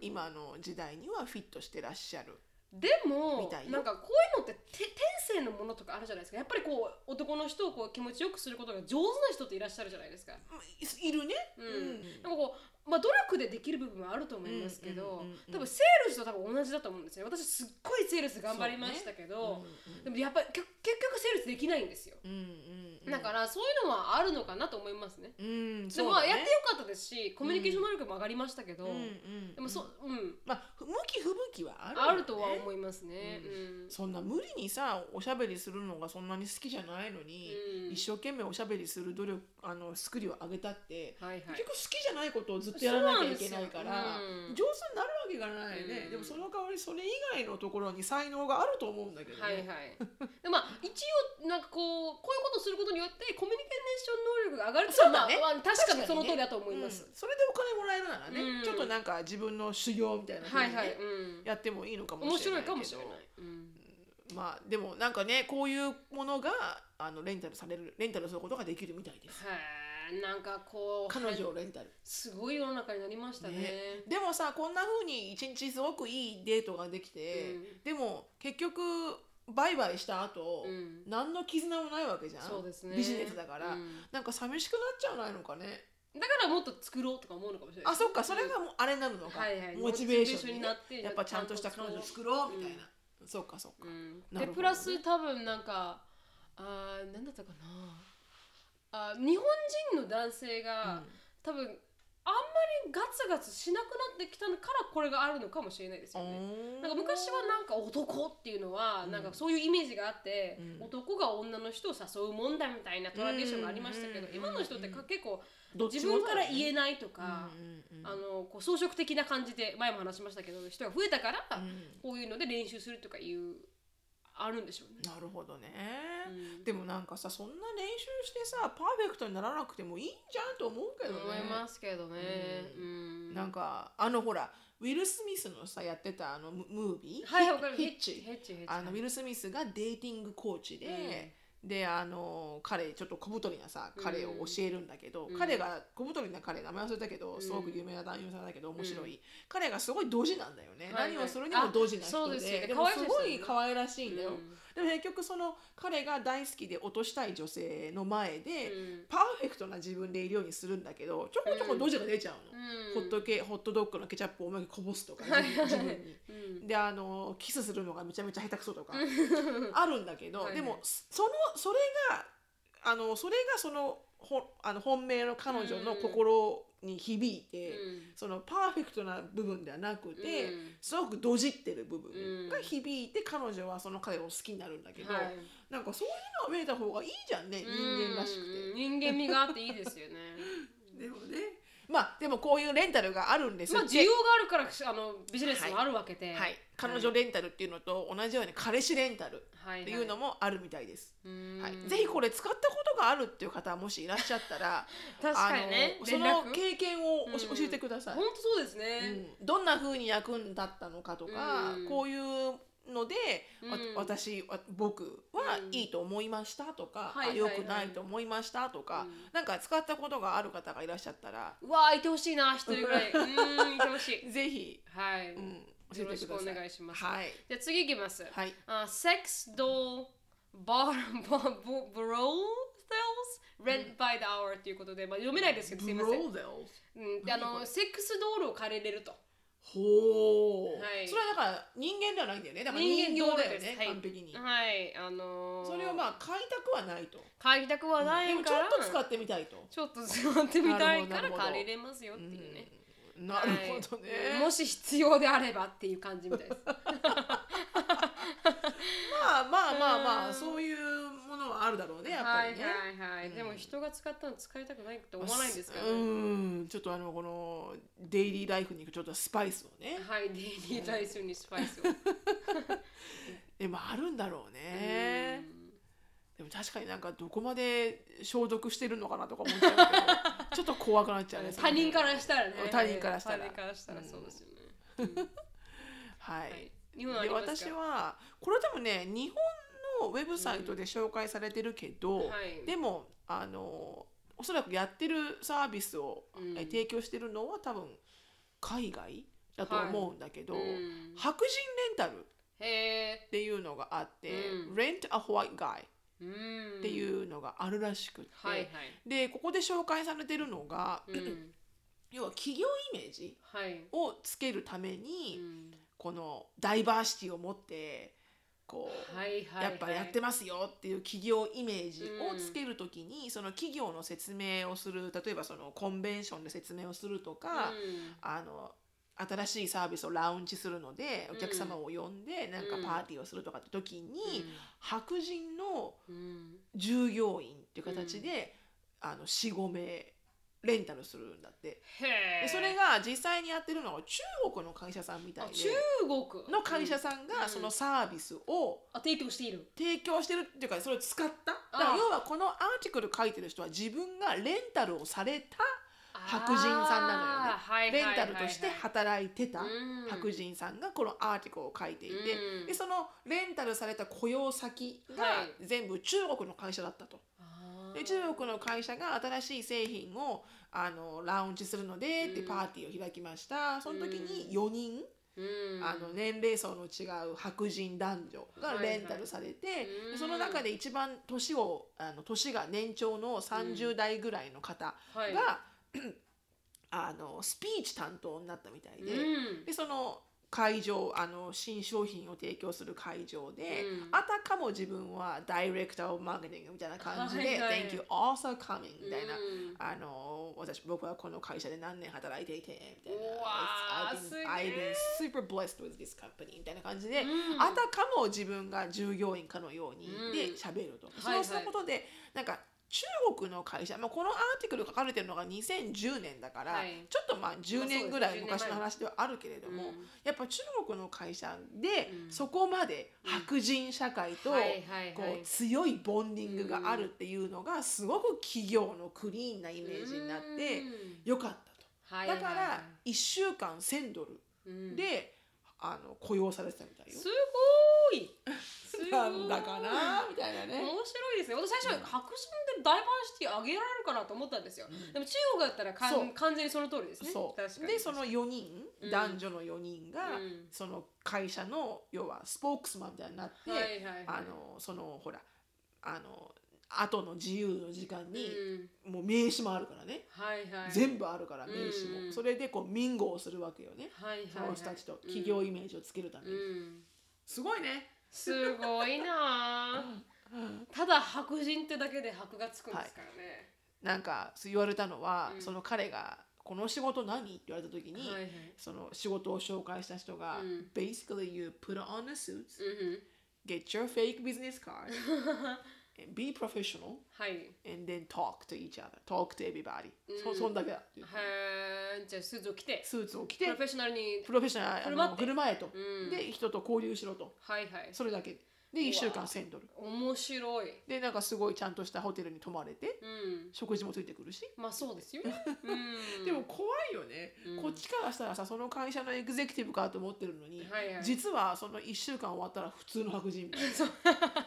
Speaker 2: 今の時代にはフィットしてらっしゃる
Speaker 1: で
Speaker 2: み
Speaker 1: も
Speaker 2: たいよ
Speaker 1: なんかこういうのってて天性のものとかあるじゃないですかやっぱりこう男の人をこう気持ちよくすることが上手な人っていらっしゃるじゃないですか
Speaker 2: いいるね、
Speaker 1: うん
Speaker 2: うん
Speaker 1: なんかこう、まあ、努力でできる部分もあると思いますけど、
Speaker 2: うんうんうんうん
Speaker 1: 多分セールスと多分同じだと思うんですよ私すっごいセールス頑張りましたけど、でもやっぱり結結局セールスできないんですよ、
Speaker 2: うんうんうん、
Speaker 1: だからそういうのはあるのかなと思いますね
Speaker 2: うん、
Speaker 1: で
Speaker 2: そ
Speaker 1: も
Speaker 2: う
Speaker 1: ま
Speaker 2: だ
Speaker 1: あ
Speaker 2: ね
Speaker 1: やってよかったですしコミュニケーション能力も上がりましたけど、
Speaker 2: うんうん、
Speaker 1: でもそ、うん、
Speaker 2: まあふ向き不向きはあるよね
Speaker 1: あるとは思いますね、
Speaker 2: う
Speaker 1: うんん
Speaker 2: そんな無理にさおしゃべりするのがそんなに好きじゃないのに、
Speaker 1: うん
Speaker 2: 一生懸命おしゃべりする努力あのスクリューを上げたって、
Speaker 1: はいはい
Speaker 2: 結局好きじゃないことをずっとやらなきゃいけないから
Speaker 1: そうなんですようん
Speaker 2: 上手になるわけがないね、
Speaker 1: うん
Speaker 2: でもその代わりそれ以外のところに才能があると思うんだけどね、
Speaker 1: はいはい。でまあ一応なんかこうこういうことをすることによってコミュニケーション能力が上がるってい
Speaker 2: そう
Speaker 1: うの
Speaker 2: だ
Speaker 1: は、
Speaker 2: ね
Speaker 1: まあまあ確かに
Speaker 2: 確かにね
Speaker 1: その通りだと思います
Speaker 2: うん。それでお金もらえるならね、
Speaker 1: うん
Speaker 2: ちょっとなんか自分の修行みたいな風
Speaker 1: はい
Speaker 2: にね
Speaker 1: はい。うん。
Speaker 2: やってもいいのかも
Speaker 1: 面
Speaker 2: しれ
Speaker 1: 白
Speaker 2: ないいけど
Speaker 1: かもしれない。うん
Speaker 2: まあでもなんかねこういうものがあのレンタルされるレンタルすることができるみたいです
Speaker 1: はい。なんかこう
Speaker 2: 彼女をレンタル
Speaker 1: すごい世の中になりましたね。
Speaker 2: でもさこんな風に一日すごくいいデートができて、
Speaker 1: うん
Speaker 2: でも結局バイバイした後、
Speaker 1: うん
Speaker 2: 何の絆もないわけじゃん
Speaker 1: そうですね。
Speaker 2: ビジネスだから、
Speaker 1: うん
Speaker 2: なんか寂しくなっちゃわないのかね
Speaker 1: だからもっと作ろうとか思うのかもしれない。
Speaker 2: あそっかそれがもうあれなのか、
Speaker 1: はいはい
Speaker 2: モチベーションに,、ね、
Speaker 1: モチベーションになって
Speaker 2: やっぱちゃんとした彼女作ろうみたいな、そっかそっか、
Speaker 1: うん。
Speaker 2: な
Speaker 1: で
Speaker 2: るほどね
Speaker 1: プラス多分なんかあーなんだったかな。あー日本人の男性が、
Speaker 2: うん
Speaker 1: 多分あんまりガツガツしなくなってきたからこれがあるのかもしれないですよね。なんか昔はなんか男っていうのはなんかそういうイメージがあって、
Speaker 2: うん
Speaker 1: 男が女の人を誘うもんだみたいなトラディションがありましたけど、
Speaker 2: うん
Speaker 1: 今の人ってか結構
Speaker 2: どっ
Speaker 1: 自
Speaker 2: ちも
Speaker 1: 分
Speaker 2: だ
Speaker 1: か
Speaker 2: よね
Speaker 1: ら言えないとか、
Speaker 2: うんうんうん
Speaker 1: あのこう装飾的な感じで前も話しましたけど人が増えたから
Speaker 2: うん
Speaker 1: こういうので練習するとかいうあるんでしょうね。
Speaker 2: なるほどね、
Speaker 1: うん
Speaker 2: でもなんかさそんな練習してさパーフェクトにならなくてもいいんじゃんと思うけどね
Speaker 1: 思いますけどね。
Speaker 2: う
Speaker 1: うん。
Speaker 2: なんかあのほらウィル・スミスのさやってたあのムムービー、
Speaker 1: はい、わかる。
Speaker 2: ヒッチ
Speaker 1: ヘッチ、ヘッチ。
Speaker 2: あのウィル・スミスがデーティングコーチで、であの彼ちょっと小太りなさ彼を教えるんだけど、
Speaker 1: うん
Speaker 2: 彼が小太りな彼名前忘れたけど、
Speaker 1: うん
Speaker 2: すごく有名な男優さんだけど面白い、彼がすごいドジなんだよね、
Speaker 1: はいはい
Speaker 2: 何をするにもドジな
Speaker 1: あそ
Speaker 2: 人
Speaker 1: う
Speaker 2: で
Speaker 1: ですよね
Speaker 2: でも
Speaker 1: 可愛い
Speaker 2: す
Speaker 1: です
Speaker 2: ご
Speaker 1: よね
Speaker 2: い可愛らし
Speaker 1: う
Speaker 2: い
Speaker 1: ん
Speaker 2: んだよ、でも結局その彼が大好きで落としたい女性の
Speaker 1: う
Speaker 2: 前で、
Speaker 1: ん
Speaker 2: パーフェクトな自分でいるようにするんだけどちょこちょこドジが出ちゃうの、
Speaker 1: うん
Speaker 2: ホットケホットドッグのケチャップをおまけこぼすとか
Speaker 1: はいはいはい
Speaker 2: 自分に。
Speaker 1: うん
Speaker 2: であのキスするのがめちゃめちゃ下手くそとかあるんだけど、
Speaker 1: はいはい
Speaker 2: でもそのそれがあのそれがそのほあの本命の彼女の心に響いて、
Speaker 1: うん
Speaker 2: そのパーフェクトな部分ではなくて、
Speaker 1: うん
Speaker 2: すごくドジってる部
Speaker 1: う
Speaker 2: 分
Speaker 1: ん
Speaker 2: が響いて彼女はその彼を好きになるんだけど、
Speaker 1: はい
Speaker 2: なんかそういうのを見えた方がいいじゃんね人間らしくて。
Speaker 1: うん人間味があっていいです
Speaker 2: [laughs]
Speaker 1: よね
Speaker 2: でもねまあでもこういうレンタルがあるんです
Speaker 1: まあ
Speaker 2: って
Speaker 1: 需要があるからあのビジネスもあるわけで、
Speaker 2: はい、彼女レンタルっていうのと同じように彼氏レンタル
Speaker 1: はい
Speaker 2: っていうのもあるみたいです。
Speaker 1: うん
Speaker 2: はい、ぜひこれ使ったことがあるっていう方もしいらっしゃったら
Speaker 1: [laughs] 確かにね
Speaker 2: あのそ
Speaker 1: 連絡
Speaker 2: の経験をおし
Speaker 1: うん
Speaker 2: 教えてください
Speaker 1: 本、当そうです
Speaker 2: う
Speaker 1: ね、
Speaker 2: んどんな風に役に立ったのかとか、
Speaker 1: うん
Speaker 2: こういうので、わ
Speaker 1: うん
Speaker 2: 私わ僕は
Speaker 1: うん
Speaker 2: いいと思いましたとか、
Speaker 1: はい
Speaker 2: あ
Speaker 1: はい
Speaker 2: 良
Speaker 1: はい
Speaker 2: くないと思いましたとか、
Speaker 1: うん
Speaker 2: なんか使ったことがある方がいらっしゃったら
Speaker 1: うわーいてほしいな一人ぐ
Speaker 2: [laughs]
Speaker 1: らいうーんいてほしい
Speaker 2: ぜひ、
Speaker 1: はい、
Speaker 2: うん、教えてください。
Speaker 1: よろしくお願いします
Speaker 2: はい
Speaker 1: じゃあ次いきます、
Speaker 2: はい
Speaker 1: あセックスドバーバーブローセルス rent by the hour ということで、まあ、読めないですけどすいません、う
Speaker 2: ブローゼル
Speaker 1: ん、であ
Speaker 2: 何こ
Speaker 1: の
Speaker 2: れ
Speaker 1: セックスドールを借りれると
Speaker 2: ほう、
Speaker 1: はい
Speaker 2: それはだから人間ではないんだよねだから人形だよね、
Speaker 1: はい
Speaker 2: 完璧に、
Speaker 1: はいあのー、
Speaker 2: それをまあ買いたくはないと
Speaker 1: 借りたくはない
Speaker 2: でもち
Speaker 1: か
Speaker 2: ょ
Speaker 1: ら、
Speaker 2: っと使ってみたいと、
Speaker 1: ちょっと座ってみたい
Speaker 2: な
Speaker 1: から
Speaker 2: るほどなるほど
Speaker 1: 借りれますよっていうね。
Speaker 2: うんなるほどね、
Speaker 1: はいもし必要であればっていう感じみたいです。
Speaker 2: まあまあまあ
Speaker 1: う
Speaker 2: まあ
Speaker 1: ん
Speaker 2: そういうものはあるだろうねやっぱりね、
Speaker 1: はいはいはい。
Speaker 2: うん
Speaker 1: でも人が使ったの使いたくないって思わないんですから
Speaker 2: う
Speaker 1: ね。
Speaker 2: んちょっとあのこのデイリーライフにちょっとスパイスをね
Speaker 1: はい、デイリーライスにスパ
Speaker 2: [laughs]
Speaker 1: イスを。
Speaker 2: でもあるんだろう
Speaker 1: う
Speaker 2: ね
Speaker 1: ん
Speaker 2: でも確かになんかどこまで消毒してるのかなとか思っち
Speaker 1: [laughs]
Speaker 2: ゃうけどちょっと怖くなっちゃうね
Speaker 1: 他人からしたらね。
Speaker 2: 他人からしたら
Speaker 1: 他人からしたらそうですよね。うん
Speaker 2: はい、
Speaker 1: はい日本あ
Speaker 2: で
Speaker 1: ります
Speaker 2: 私
Speaker 1: か
Speaker 2: はこれ多分ね日本のウェブサイトで紹介されてるけど、
Speaker 1: はい
Speaker 2: でもあのおそらくやってるサービスを、
Speaker 1: うん
Speaker 2: え提供してるのは多分海外だと思うんだけど、
Speaker 1: うん
Speaker 2: 白人レンタルっ
Speaker 1: へえ。
Speaker 2: ていうのがあって「
Speaker 1: うん
Speaker 2: Rent a White Guy」
Speaker 1: うん
Speaker 2: ってい。うのがあるらしくて、
Speaker 1: はいはい。
Speaker 2: でここで紹介されてるのが、
Speaker 1: うん
Speaker 2: 要は企業イメージ
Speaker 1: はい。
Speaker 2: をつけるため
Speaker 1: う
Speaker 2: に、
Speaker 1: ん
Speaker 2: このダイバーシティを持ってこう。
Speaker 1: はいはいはい。
Speaker 2: やっぱやってますよっていう企業イメージを
Speaker 1: うん
Speaker 2: つけるときに、その企業の説明をする例えばそのコンベンションで説明をするとか、
Speaker 1: うん
Speaker 2: あの新しいサービスをラウンジするのでお
Speaker 1: うん
Speaker 2: 客様を呼んでなんか
Speaker 1: うん
Speaker 2: パーティーをするとかって時に、白人の
Speaker 1: うん
Speaker 2: 従業員っていう形で、あの45名レンタルするんだって。
Speaker 1: へえ
Speaker 2: でそれが実際にやってるのが中国の会社さんみたい
Speaker 1: あ
Speaker 2: で
Speaker 1: 中国
Speaker 2: の会社
Speaker 1: うん
Speaker 2: さん
Speaker 1: う
Speaker 2: が
Speaker 1: ん
Speaker 2: そのサービスを、
Speaker 1: あ提供している
Speaker 2: 提供してるっていうかそれを使った
Speaker 1: あ
Speaker 2: だから要はこのアーティクル書いてる人は自分がレンタルをされた白人さんなのよね
Speaker 1: あーはいはい
Speaker 2: レン
Speaker 1: はい
Speaker 2: タ
Speaker 1: はい
Speaker 2: ルとして働いてた
Speaker 1: うん
Speaker 2: 白人さんがこのアーティクルを書いていて
Speaker 1: うん
Speaker 2: でそのレンタルされた雇用先
Speaker 1: は
Speaker 2: が全部中国の会社だったと。
Speaker 1: あー
Speaker 2: で中国の会社が新しい製品をあのラウンジするのでって
Speaker 1: うん
Speaker 2: パーティーを開きましたその時に4人
Speaker 1: うん
Speaker 2: あの年齢層の違う白人男女がレンタルされて、
Speaker 1: いうん
Speaker 2: その中で一番年をあの年が年長の30代ぐらいの方が、
Speaker 1: はい
Speaker 2: [clears throat] あのスピーチ担当になったみたいで,、
Speaker 1: うん
Speaker 2: でその会場あの新商品を提供する会場で、
Speaker 1: うん
Speaker 2: あたかも自分はダイレクター・オブ・マーケティングみたいな感じで
Speaker 1: は
Speaker 2: 「
Speaker 1: いはい
Speaker 2: Thank you also coming」みたいな。
Speaker 1: うん
Speaker 2: あの私僕はこの会社で何年働いていてみたいうな
Speaker 1: わ
Speaker 2: It's-
Speaker 1: ーすげ
Speaker 2: I've
Speaker 1: ー
Speaker 2: been, I've been super blessed with this company みたいな感じで、
Speaker 1: うん
Speaker 2: あたかも自分が従業員かのように
Speaker 1: うん
Speaker 2: で喋ると、
Speaker 1: はいはい
Speaker 2: そうすることでなんか中中国の会社、まあ、このアーティクル書かれてるのが2010年だから、
Speaker 1: はい
Speaker 2: ちょっとまあ10年ぐらい
Speaker 1: まあ
Speaker 2: 昔
Speaker 1: そうですね
Speaker 2: の話ではあるけれども、
Speaker 1: うん
Speaker 2: やっぱ中国の会社で、
Speaker 1: うん
Speaker 2: そこまで白人社会と、
Speaker 1: はいはい
Speaker 2: こ
Speaker 1: はいう
Speaker 2: 強いボンディングがあるっていうのがすごく企業のクリーンなイメージになって
Speaker 1: うん
Speaker 2: よかったと。
Speaker 1: はい
Speaker 2: だか
Speaker 1: はいは
Speaker 2: ら1週間1000ドル
Speaker 1: いうん
Speaker 2: で、あの雇用されてたみたいよ
Speaker 1: す。ごいすごい
Speaker 2: なんだかなみたいな
Speaker 1: 面
Speaker 2: ね。
Speaker 1: 白いですね私最初白人でダイバーシティ上げられるかなと思ったんですよ、でも中国だったらかん
Speaker 2: そう
Speaker 1: 完全にその通りですね
Speaker 2: そ
Speaker 1: 確か
Speaker 2: う
Speaker 1: に
Speaker 2: でその4人、
Speaker 1: うん
Speaker 2: 男女の4人が、
Speaker 1: うん
Speaker 2: その会社の要はスポークスマンみたいになって、
Speaker 1: はいはいはい
Speaker 2: あのそのほらあの後の自由の時間に、
Speaker 1: うん
Speaker 2: もう名刺もあるからね、
Speaker 1: はいはい
Speaker 2: 全部あるから
Speaker 1: うん
Speaker 2: 名刺も、
Speaker 1: うん
Speaker 2: それでこうミンゴをするわけよね、
Speaker 1: はいはいはい
Speaker 2: その人たちと企業イメージをつけるため
Speaker 1: う
Speaker 2: に、
Speaker 1: んうん
Speaker 2: すごいね、
Speaker 1: すごいな
Speaker 2: [laughs]
Speaker 1: あただ白人ってだけで箔がつくんですからね、
Speaker 2: なんかそう言われたのは、
Speaker 1: うん
Speaker 2: その彼が「この仕事何?」って言われた時に、
Speaker 1: はいはい
Speaker 2: その仕事を紹介した人が「
Speaker 1: うん
Speaker 2: Basically you put on a suit
Speaker 1: うんうん
Speaker 2: get your fake business
Speaker 1: [laughs]
Speaker 2: card and be professional
Speaker 1: はいへ
Speaker 2: and then talk to each other talk to everybody、
Speaker 1: う
Speaker 2: そ
Speaker 1: ん
Speaker 2: そんだけだっていう
Speaker 1: えじゃあスーツを着て
Speaker 2: スーツを
Speaker 1: プ
Speaker 2: 着て
Speaker 1: ロフェッショナルに
Speaker 2: プロフェッショナル
Speaker 1: 振る
Speaker 2: あ
Speaker 1: 舞っ
Speaker 2: の
Speaker 1: て
Speaker 2: 振る舞えと、
Speaker 1: うん
Speaker 2: で人と交流しろと
Speaker 1: はいはい
Speaker 2: それだけで1週間1000ドル
Speaker 1: 面白い
Speaker 2: でなんかすごいちゃんとしたホテルに泊まれて
Speaker 1: うん
Speaker 2: 食事もついてくるし、
Speaker 1: まあそうです
Speaker 2: [laughs]
Speaker 1: よね、うん、
Speaker 2: でも怖いよね、
Speaker 1: うん
Speaker 2: こっちからしたらさその会社のエグゼクティブかと思ってるのに、
Speaker 1: はいはい
Speaker 2: 実はその1週間終わったら普通の白人みたい
Speaker 1: [laughs]
Speaker 2: な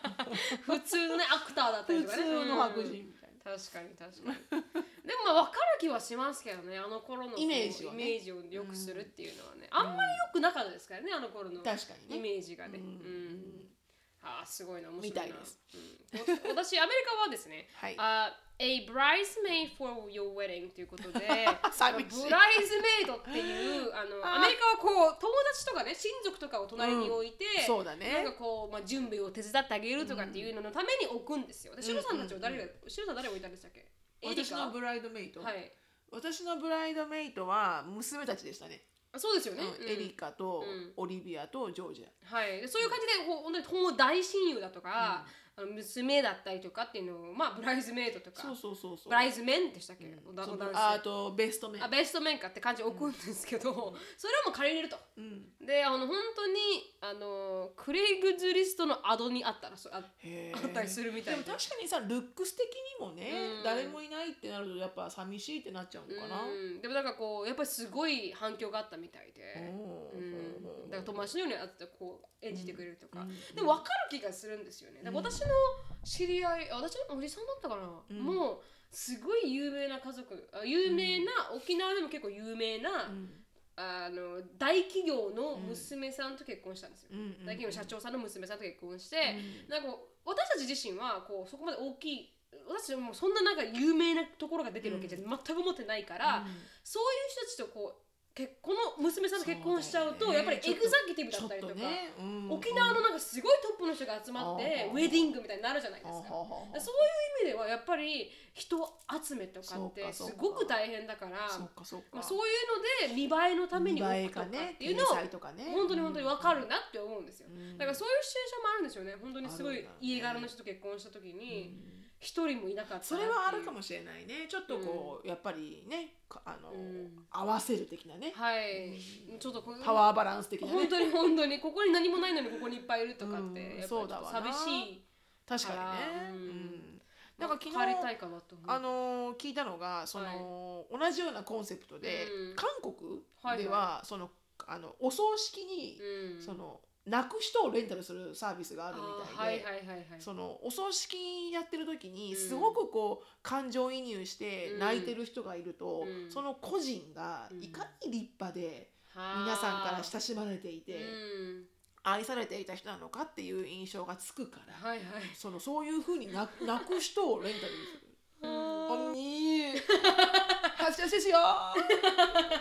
Speaker 1: 普通のねアクターだったり
Speaker 2: 普
Speaker 1: とかね
Speaker 2: 通の白人
Speaker 1: うん
Speaker 2: みたいな。
Speaker 1: 確かに確かにでもまあ分かる気はしますけどねあの頃の
Speaker 2: イメージをね
Speaker 1: イメージを良くするっていうのはね、あんまり良くなかったですからねあの頃の
Speaker 2: 確かにね
Speaker 1: イメージがね、
Speaker 2: うん
Speaker 1: うんああすごいな面白いな
Speaker 2: みたいです、
Speaker 1: うん、わ [laughs] 私アメリカはですね
Speaker 2: はい
Speaker 1: あ A bridesmaid for your wedding ということで
Speaker 2: 寂しい
Speaker 1: ブライズメイドって
Speaker 2: [laughs]
Speaker 1: いうあのアメリカはこう友達とかね親族とかを隣に置いて、
Speaker 2: うんそうだね
Speaker 1: なんかこう、まあ、準備を手伝ってあげるとかっていうののために置くんですよでシロさんたちを誰が、シロさん誰が置いたんでしたっけエリ
Speaker 2: 私
Speaker 1: カ
Speaker 2: の
Speaker 1: は
Speaker 2: ブライドメイト、
Speaker 1: い
Speaker 2: 私のブライドメイトは娘たちでしたね、
Speaker 1: あそうですよね、
Speaker 2: うん
Speaker 1: うん
Speaker 2: エリカと
Speaker 1: うん
Speaker 2: オリビアとジョージ
Speaker 1: はい、でそういう感じでこう本当に友大親友だとか、あの娘だったりとかっていうのを、まあ、ブライズメイドと
Speaker 2: ア、
Speaker 1: か
Speaker 2: そうそうそうそう
Speaker 1: ブライズメンでしたっけ、おだ
Speaker 2: そ
Speaker 1: お
Speaker 2: の
Speaker 1: 男性
Speaker 2: ああとベストメン
Speaker 1: あベストメンかって感じで置くんですけど、それはもう借りれると。
Speaker 2: うん、
Speaker 1: であの本当にあのクレイグズリストのアドにあったらそあ
Speaker 2: へ
Speaker 1: あ
Speaker 2: ー
Speaker 1: ったりするみたい
Speaker 2: で
Speaker 1: な
Speaker 2: も確かにさルックス的にもね、
Speaker 1: うん
Speaker 2: 誰もいないってなるとやっぱ寂しいってなっちゃうのかな、
Speaker 1: うんでもなんかこうやっぱりすごい反響があったみたいで、
Speaker 2: おー
Speaker 1: うん、だから友達のようにあってこう演じてくれるとか、でも分かる気がするんですよねだから私の知り合い私のおじさんだったかな、
Speaker 2: うん
Speaker 1: もうすごい有名な家族あ有名な、沖縄でも結構有名な、
Speaker 2: うん
Speaker 1: あの大企業の娘さんと結婚したんですよ、
Speaker 2: うんうん
Speaker 1: 大企業の社長さんの娘さんと結婚して、
Speaker 2: うん
Speaker 1: なんかこう私たち自身はこうそこまで大きい私たちもそんななんか有名なところが出てるわけじゃ全く思ってないから、
Speaker 2: うん
Speaker 1: そういう人たちとこう結この娘さんと結婚しちゃうと
Speaker 2: そうだ
Speaker 1: や
Speaker 2: よ
Speaker 1: っ
Speaker 2: ね
Speaker 1: ぱりエグザクティブだ
Speaker 2: ち
Speaker 1: っ
Speaker 2: ょった
Speaker 1: り
Speaker 2: と
Speaker 1: とか
Speaker 2: ね、うん
Speaker 1: 沖縄のなんかすごいトップの人が集まって
Speaker 2: うん
Speaker 1: ウェディングみたいになるじゃないで
Speaker 2: うん
Speaker 1: す
Speaker 2: は
Speaker 1: か。
Speaker 2: はは
Speaker 1: そういう意味ではやっぱり人集めとか
Speaker 2: そ
Speaker 1: っ
Speaker 2: う
Speaker 1: て
Speaker 2: かそう
Speaker 1: す
Speaker 2: か
Speaker 1: ごく大変だから
Speaker 2: そうかそうか、
Speaker 1: まあ、そういうので見栄えのために
Speaker 2: 見
Speaker 1: 置
Speaker 2: 栄え
Speaker 1: くとか
Speaker 2: かね
Speaker 1: っていうのを
Speaker 2: 天才とかね
Speaker 1: 本当に本当に分かるなって思うんですよ、
Speaker 2: うん
Speaker 1: だからそういうシチュエーションもあるんですよね本当にすご
Speaker 2: ある
Speaker 1: い
Speaker 2: んだね
Speaker 1: 家柄の人と結婚した時に
Speaker 2: うん
Speaker 1: 一人もいなかった
Speaker 2: それはあるか
Speaker 1: も
Speaker 2: もしれないねちょっとこう、やっぱりねかあの、
Speaker 1: うん
Speaker 2: 合わせる的なね
Speaker 1: はいちょっとこ
Speaker 2: パワーバランス的な
Speaker 1: 本
Speaker 2: ね
Speaker 1: 当に本当にここに何もないのにここにいっぱいいるとかって、
Speaker 2: うん
Speaker 1: やっぱりちょ
Speaker 2: そう
Speaker 1: っ
Speaker 2: だわ
Speaker 1: と
Speaker 2: な
Speaker 1: 寂しい
Speaker 2: 確か
Speaker 1: から
Speaker 2: にね、
Speaker 1: う
Speaker 2: うんんなんか昨日
Speaker 1: 帰りたいかなと思う
Speaker 2: あのー聞いたのがその、同じようなコンセプトで、
Speaker 1: うん
Speaker 2: 韓国
Speaker 1: はいはい
Speaker 2: では、そのあのお葬式に、
Speaker 1: うん
Speaker 2: その亡く人をレンタルするサービスがあるみ
Speaker 1: あー
Speaker 2: た
Speaker 1: はいい
Speaker 2: で。
Speaker 1: はいはいはい
Speaker 2: そのお葬式やってる時
Speaker 1: うん
Speaker 2: にすごくこう感情移入して
Speaker 1: うん
Speaker 2: 泣いてる人がいると、
Speaker 1: うん
Speaker 2: その個人が
Speaker 1: うん
Speaker 2: いかに立派で
Speaker 1: はー
Speaker 2: 皆さんから親しまれていて、
Speaker 1: うん
Speaker 2: 愛されていた人なのかっていう印象がつくから、
Speaker 1: はいはい
Speaker 2: そのそういうふうに [laughs] 泣く泣く人をレンタルする。
Speaker 1: あ
Speaker 2: 언니恥ずかしいですよ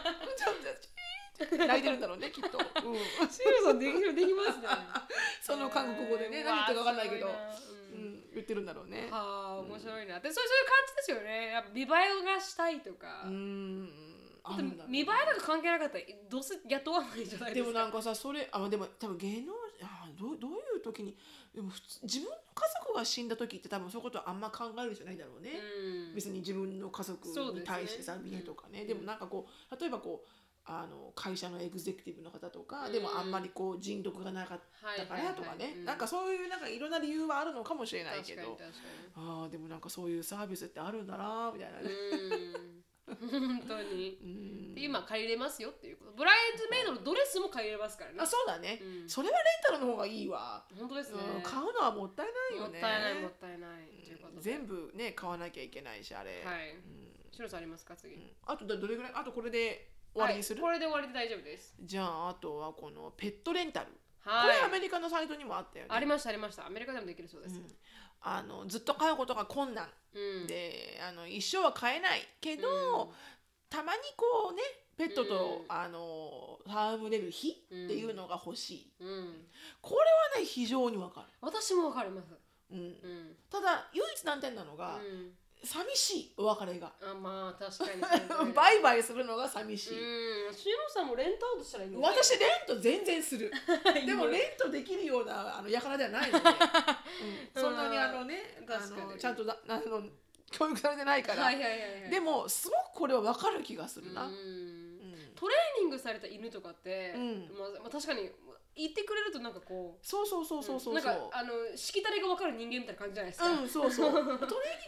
Speaker 2: 泣いてるんだろう [laughs] ねきっと、うん
Speaker 1: ーシールさんできできますね
Speaker 2: [laughs] その韓国語でね
Speaker 1: えー
Speaker 2: 何言ってるか分かんないけど
Speaker 1: うわーすごいなうん
Speaker 2: うん、言ってるんだろうね
Speaker 1: はあ面白いなでそうそういう感じですよねやっぱ見栄えがしたいとか、
Speaker 2: うんあるんだろう
Speaker 1: 見栄えなんか関係なかったらどうせ雇わないじゃないで
Speaker 2: です
Speaker 1: か
Speaker 2: もなんかさそれあでも多分芸能あどうどういう時にでも普通自分の家族が死んだ時って多分そういうことはあんま考える人ないだろうね。
Speaker 1: うん
Speaker 2: 別に自分の家族
Speaker 1: そうです
Speaker 2: に
Speaker 1: ね
Speaker 2: 対してさ、見栄とかね、
Speaker 1: うん
Speaker 2: でもなんかこう例えばこうあの会社のエグゼクティブの方とか、
Speaker 1: うん
Speaker 2: でもあんまりこう人徳がなかっ
Speaker 1: はい
Speaker 2: たからとかね、
Speaker 1: はいはい
Speaker 2: なんかそういうなんかいろんな理由はあるのかもしれ
Speaker 1: うん
Speaker 2: ないけど
Speaker 1: 確かに確かに
Speaker 2: あーでもなんかそういうサービスってあるんだなーみたいなね。
Speaker 1: うん本当に。
Speaker 2: うん
Speaker 1: で今借りれますよっていうこと。ブライドメイドのドレスも借りれますからね
Speaker 2: あ。そうだね、
Speaker 1: うん
Speaker 2: それはレンタルの方がいいわ、
Speaker 1: 本当ですね。
Speaker 2: うん、買うのはもったいないよ
Speaker 1: もっ
Speaker 2: ね
Speaker 1: たいないもったいない。ということで
Speaker 2: 全部ね買わなきゃいけないしあれ、
Speaker 1: はい。
Speaker 2: う
Speaker 1: シロさんありますか次。
Speaker 2: んうんあとだどれぐらいあとこれで終わりにする、
Speaker 1: はいこれで終わりで大丈夫です。
Speaker 2: じゃああとはこのペットレンタル、こ
Speaker 1: は
Speaker 2: れア
Speaker 1: い。
Speaker 2: メリカのサイトにもあったよね
Speaker 1: ありましたありました。アメリカでもできるそうで
Speaker 2: う
Speaker 1: す。
Speaker 2: んあのずっと飼うことが困難
Speaker 1: うん。
Speaker 2: で、あの一生は飼えないけど、
Speaker 1: うん
Speaker 2: たまにこうねペットと、
Speaker 1: うん
Speaker 2: あの戯れる日っていうのが欲しい、
Speaker 1: うん。
Speaker 2: これはね非常にわか
Speaker 1: 私もわかります。
Speaker 2: る、うん
Speaker 1: うん。
Speaker 2: ただ唯一難点なの
Speaker 1: う
Speaker 2: が、
Speaker 1: ん。
Speaker 2: 寂しいお別れが、。
Speaker 1: あまあ確かにそうね
Speaker 2: [laughs] バイバイするのが寂し
Speaker 1: う
Speaker 2: い、
Speaker 1: ん。シロさんもレントアウトしたらいいのに。
Speaker 2: 私レント全然するでもレン
Speaker 1: ン
Speaker 2: トできるようなあの輩で
Speaker 1: [laughs]
Speaker 2: はないので、うんそんなにあのねあ
Speaker 1: 確かに
Speaker 2: のちゃんとなあの教育されてないから、
Speaker 1: はいはいはいはい。
Speaker 2: でもすごくこれは分かる気がするな、
Speaker 1: う
Speaker 2: うん
Speaker 1: ん。
Speaker 2: うん
Speaker 1: トレーニングされた犬とかって、
Speaker 2: うん
Speaker 1: まあまあ、確かに言ってくれるとなんかこう
Speaker 2: そうそうそうそうそう
Speaker 1: なんか
Speaker 2: そう
Speaker 1: あのしきたりが分かる人間みたいな感じじゃないですか、
Speaker 2: うんそ
Speaker 1: [laughs]
Speaker 2: うそうトレーニン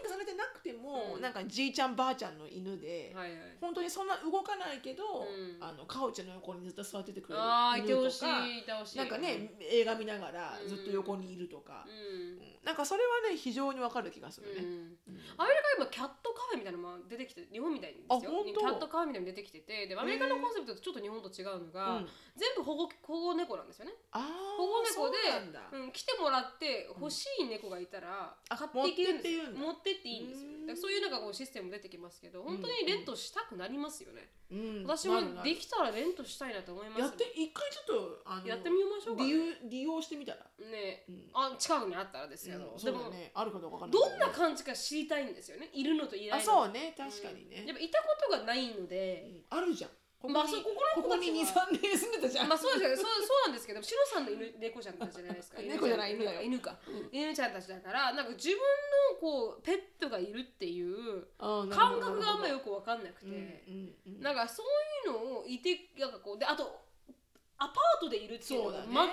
Speaker 2: グされてなくても、
Speaker 1: うん
Speaker 2: なんかじいちゃんばあちゃんの犬で、
Speaker 1: はいはい
Speaker 2: 本当にそんな動かないけ
Speaker 1: う
Speaker 2: ど、
Speaker 1: ん
Speaker 2: あのカウチの横にずっと座っててくれる
Speaker 1: ああいて
Speaker 2: 犬
Speaker 1: ほ
Speaker 2: と
Speaker 1: し
Speaker 2: か
Speaker 1: いいてほしい
Speaker 2: なんかね映画見ながら
Speaker 1: うん
Speaker 2: ずっと横にいるとか
Speaker 1: う、ん、
Speaker 2: うんなんかそれはね非常にわかる気がする
Speaker 1: う
Speaker 2: ね、
Speaker 1: ん
Speaker 2: うん
Speaker 1: アメリカ今キャットカフェみたいなのも出てきて日本みたいにですよ
Speaker 2: あ本当
Speaker 1: キャットカフェみたいに出てきててでアメリカのコンセプトとちょっと日本と違うのが、
Speaker 2: うん
Speaker 1: 全部保護保護猫なんですよね、
Speaker 2: あー
Speaker 1: 保護猫で
Speaker 2: そうなんだ、
Speaker 1: うん、来てもらって欲しい猫がいたら
Speaker 2: あ
Speaker 1: 買っていけるんですよ
Speaker 2: 持ってって言うん
Speaker 1: 持ってっていいん
Speaker 2: だ
Speaker 1: ですよ
Speaker 2: うん
Speaker 1: だからそういうなんかこうシステム出てきますけど本当にレントしたくなりますよね、
Speaker 2: うん
Speaker 1: 私も
Speaker 2: なるなる
Speaker 1: できたらレントしたいなと思います
Speaker 2: やって一回ちょっとあの
Speaker 1: やってみましょうかね
Speaker 2: 理由利用してみたら、
Speaker 1: ね
Speaker 2: うん
Speaker 1: あ近くにあったらですけど、
Speaker 2: うん
Speaker 1: で
Speaker 2: そう
Speaker 1: も
Speaker 2: だねあるかどうかわかんないけ
Speaker 1: どんな感じか知りたいんですよねいるのといな
Speaker 2: あ
Speaker 1: いの
Speaker 2: そうね確かにね、
Speaker 1: うんやっぱいたことがないの
Speaker 2: う
Speaker 1: で、
Speaker 2: んあるじゃんこ
Speaker 1: まあそうここの子
Speaker 2: ここ
Speaker 1: たちは
Speaker 2: に23年住んでたじゃん、
Speaker 1: まあそうですよねそうそうなんですけどシロさんの犬猫ちゃんたちじゃないですか
Speaker 2: 猫じゃない
Speaker 1: 犬ち
Speaker 2: 犬だよ
Speaker 1: 犬か、犬ちゃんたちだからなんか自分のこうペットがいるっていう
Speaker 2: あーなるほ
Speaker 1: 感
Speaker 2: ど
Speaker 1: 覚があんま
Speaker 2: なる
Speaker 1: よく分かんなくて、
Speaker 2: ほどうんうんうん
Speaker 1: なんかそういうのをいてなんかこうであとアパートでいるっていうのが全く
Speaker 2: そうだね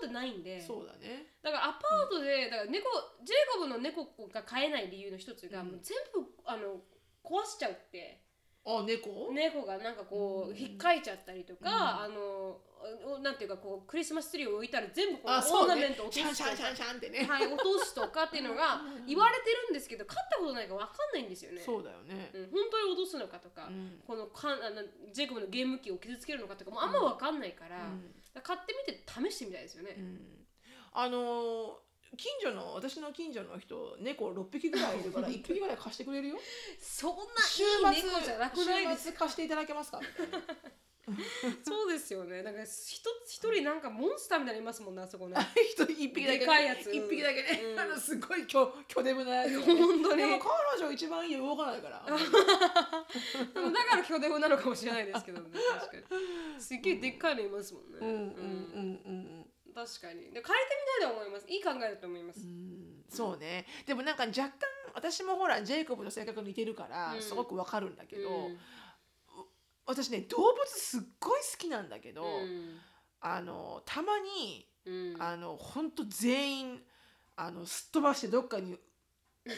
Speaker 1: 持ってないんで
Speaker 2: そうだね
Speaker 1: だからアパートで、だから猫ジェイコブの猫が飼えない理由の一つが、
Speaker 2: うん
Speaker 1: もう全部あの壊しちゃうって
Speaker 2: あ猫、
Speaker 1: 猫がなんかこう、
Speaker 2: うん
Speaker 1: ひっかいちゃったりとか、
Speaker 2: うん
Speaker 1: あのおなんていうかこうクリスマスツリーを置いたら全部こう
Speaker 2: あそう
Speaker 1: オーナ
Speaker 2: ね
Speaker 1: メントを落
Speaker 2: シ
Speaker 1: と
Speaker 2: ャン
Speaker 1: す
Speaker 2: シ
Speaker 1: とか
Speaker 2: ャンシャンシャンってね、
Speaker 1: はい、落とすとかっていうのが言われてるんですけど飼ったことないから分かんないんですよね。
Speaker 2: そうだよね、
Speaker 1: うん、本当に落とすのかとか、
Speaker 2: うん
Speaker 1: このかんあのジェイコブのゲーム機を傷つけるのかとかもあんま分かんないから,、だから買ってみて試してみたいですよね。
Speaker 2: うんあのー近所の私の近所の人猫6匹ぐらいいる [laughs] から1匹ぐらい貸してくれる [laughs] よ
Speaker 1: そん
Speaker 2: 週
Speaker 1: ないい猫じゃなくない
Speaker 2: 末
Speaker 1: で
Speaker 2: 週
Speaker 1: す
Speaker 2: 末貸していただけますかみたいな
Speaker 1: そうですよね。なんか一つ一人なんかモンスターみたいにいますもんねあそこね。
Speaker 2: 一 [laughs] 人一匹だけね
Speaker 1: でかいやつ
Speaker 2: 一匹だけね、
Speaker 1: うん
Speaker 2: [laughs] あのすごい巨巨デブなやつ
Speaker 1: 本当に。
Speaker 2: で
Speaker 1: で
Speaker 2: も
Speaker 1: も
Speaker 2: 彼女一番いいよ動かないか
Speaker 1: だ
Speaker 2: ら
Speaker 1: から巨大なのかもしれないですけど
Speaker 2: [laughs]
Speaker 1: ね。確かに。すっげえでっかいのいますもんね。
Speaker 2: うんうんうん
Speaker 1: うん
Speaker 2: うん
Speaker 1: 確かに。で借りてみたいと思います。いい考えだと思いま
Speaker 2: う
Speaker 1: す。
Speaker 2: んそうねでもなんか若干私もほらジェイコブの性格似てるから、
Speaker 1: うん
Speaker 2: すごくわかるんだけど、
Speaker 1: うん
Speaker 2: 私ね動物すっごい好きなんだけど、
Speaker 1: うん
Speaker 2: あのたまに
Speaker 1: うん。
Speaker 2: あの本当全員あのすっ飛ばしてどっかに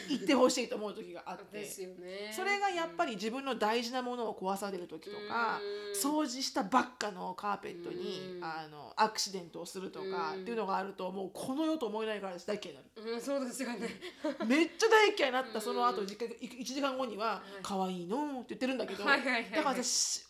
Speaker 2: 行ってほしいと思う時があって
Speaker 1: ですよね。
Speaker 2: それがやっぱり自分の大事なものを壊される時とか、
Speaker 1: うん
Speaker 2: 掃除したばっかのカーペットに、
Speaker 1: うん
Speaker 2: あのアクシデントをするとか、
Speaker 1: うん
Speaker 2: っていうのがあるともうこの世と思えないから私大嫌いになる。
Speaker 1: うんそうですよね。
Speaker 2: めっちゃ大嫌いになっ
Speaker 1: うん
Speaker 2: たその後実家い1時間後には
Speaker 1: はい
Speaker 2: 「可愛いの?」って言ってるんだけど
Speaker 1: は
Speaker 2: だ
Speaker 1: いはいはいはい。
Speaker 2: から私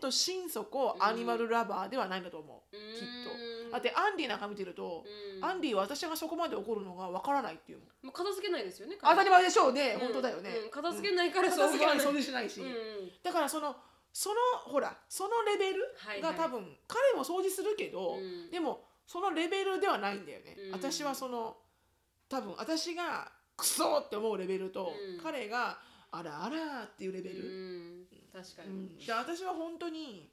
Speaker 2: 100%心底アニマルラバーではないんだと思
Speaker 1: き
Speaker 2: きっうだってアンディなんか見てるとアンディは私がそこまで怒るのがわからないっていうもん
Speaker 1: もう片付けないですよね。
Speaker 2: 当たり前でしょうね
Speaker 1: うん
Speaker 2: 本当だよね
Speaker 1: うん片付けないから
Speaker 2: 片付けない
Speaker 1: そう
Speaker 2: 掃除しないし
Speaker 1: うんうん。
Speaker 2: だからそのそのほらそのレベ
Speaker 1: はいはい
Speaker 2: ルが多分彼も掃除するけど
Speaker 1: うん
Speaker 2: でもそのレベルではないんだよね、
Speaker 1: うん
Speaker 2: 私はその多分私がクソって思うレベルと、
Speaker 1: うん
Speaker 2: 彼があらあらっていうレベ
Speaker 1: う
Speaker 2: ル、
Speaker 1: ん、確か
Speaker 2: う
Speaker 1: に、
Speaker 2: んで私は本当に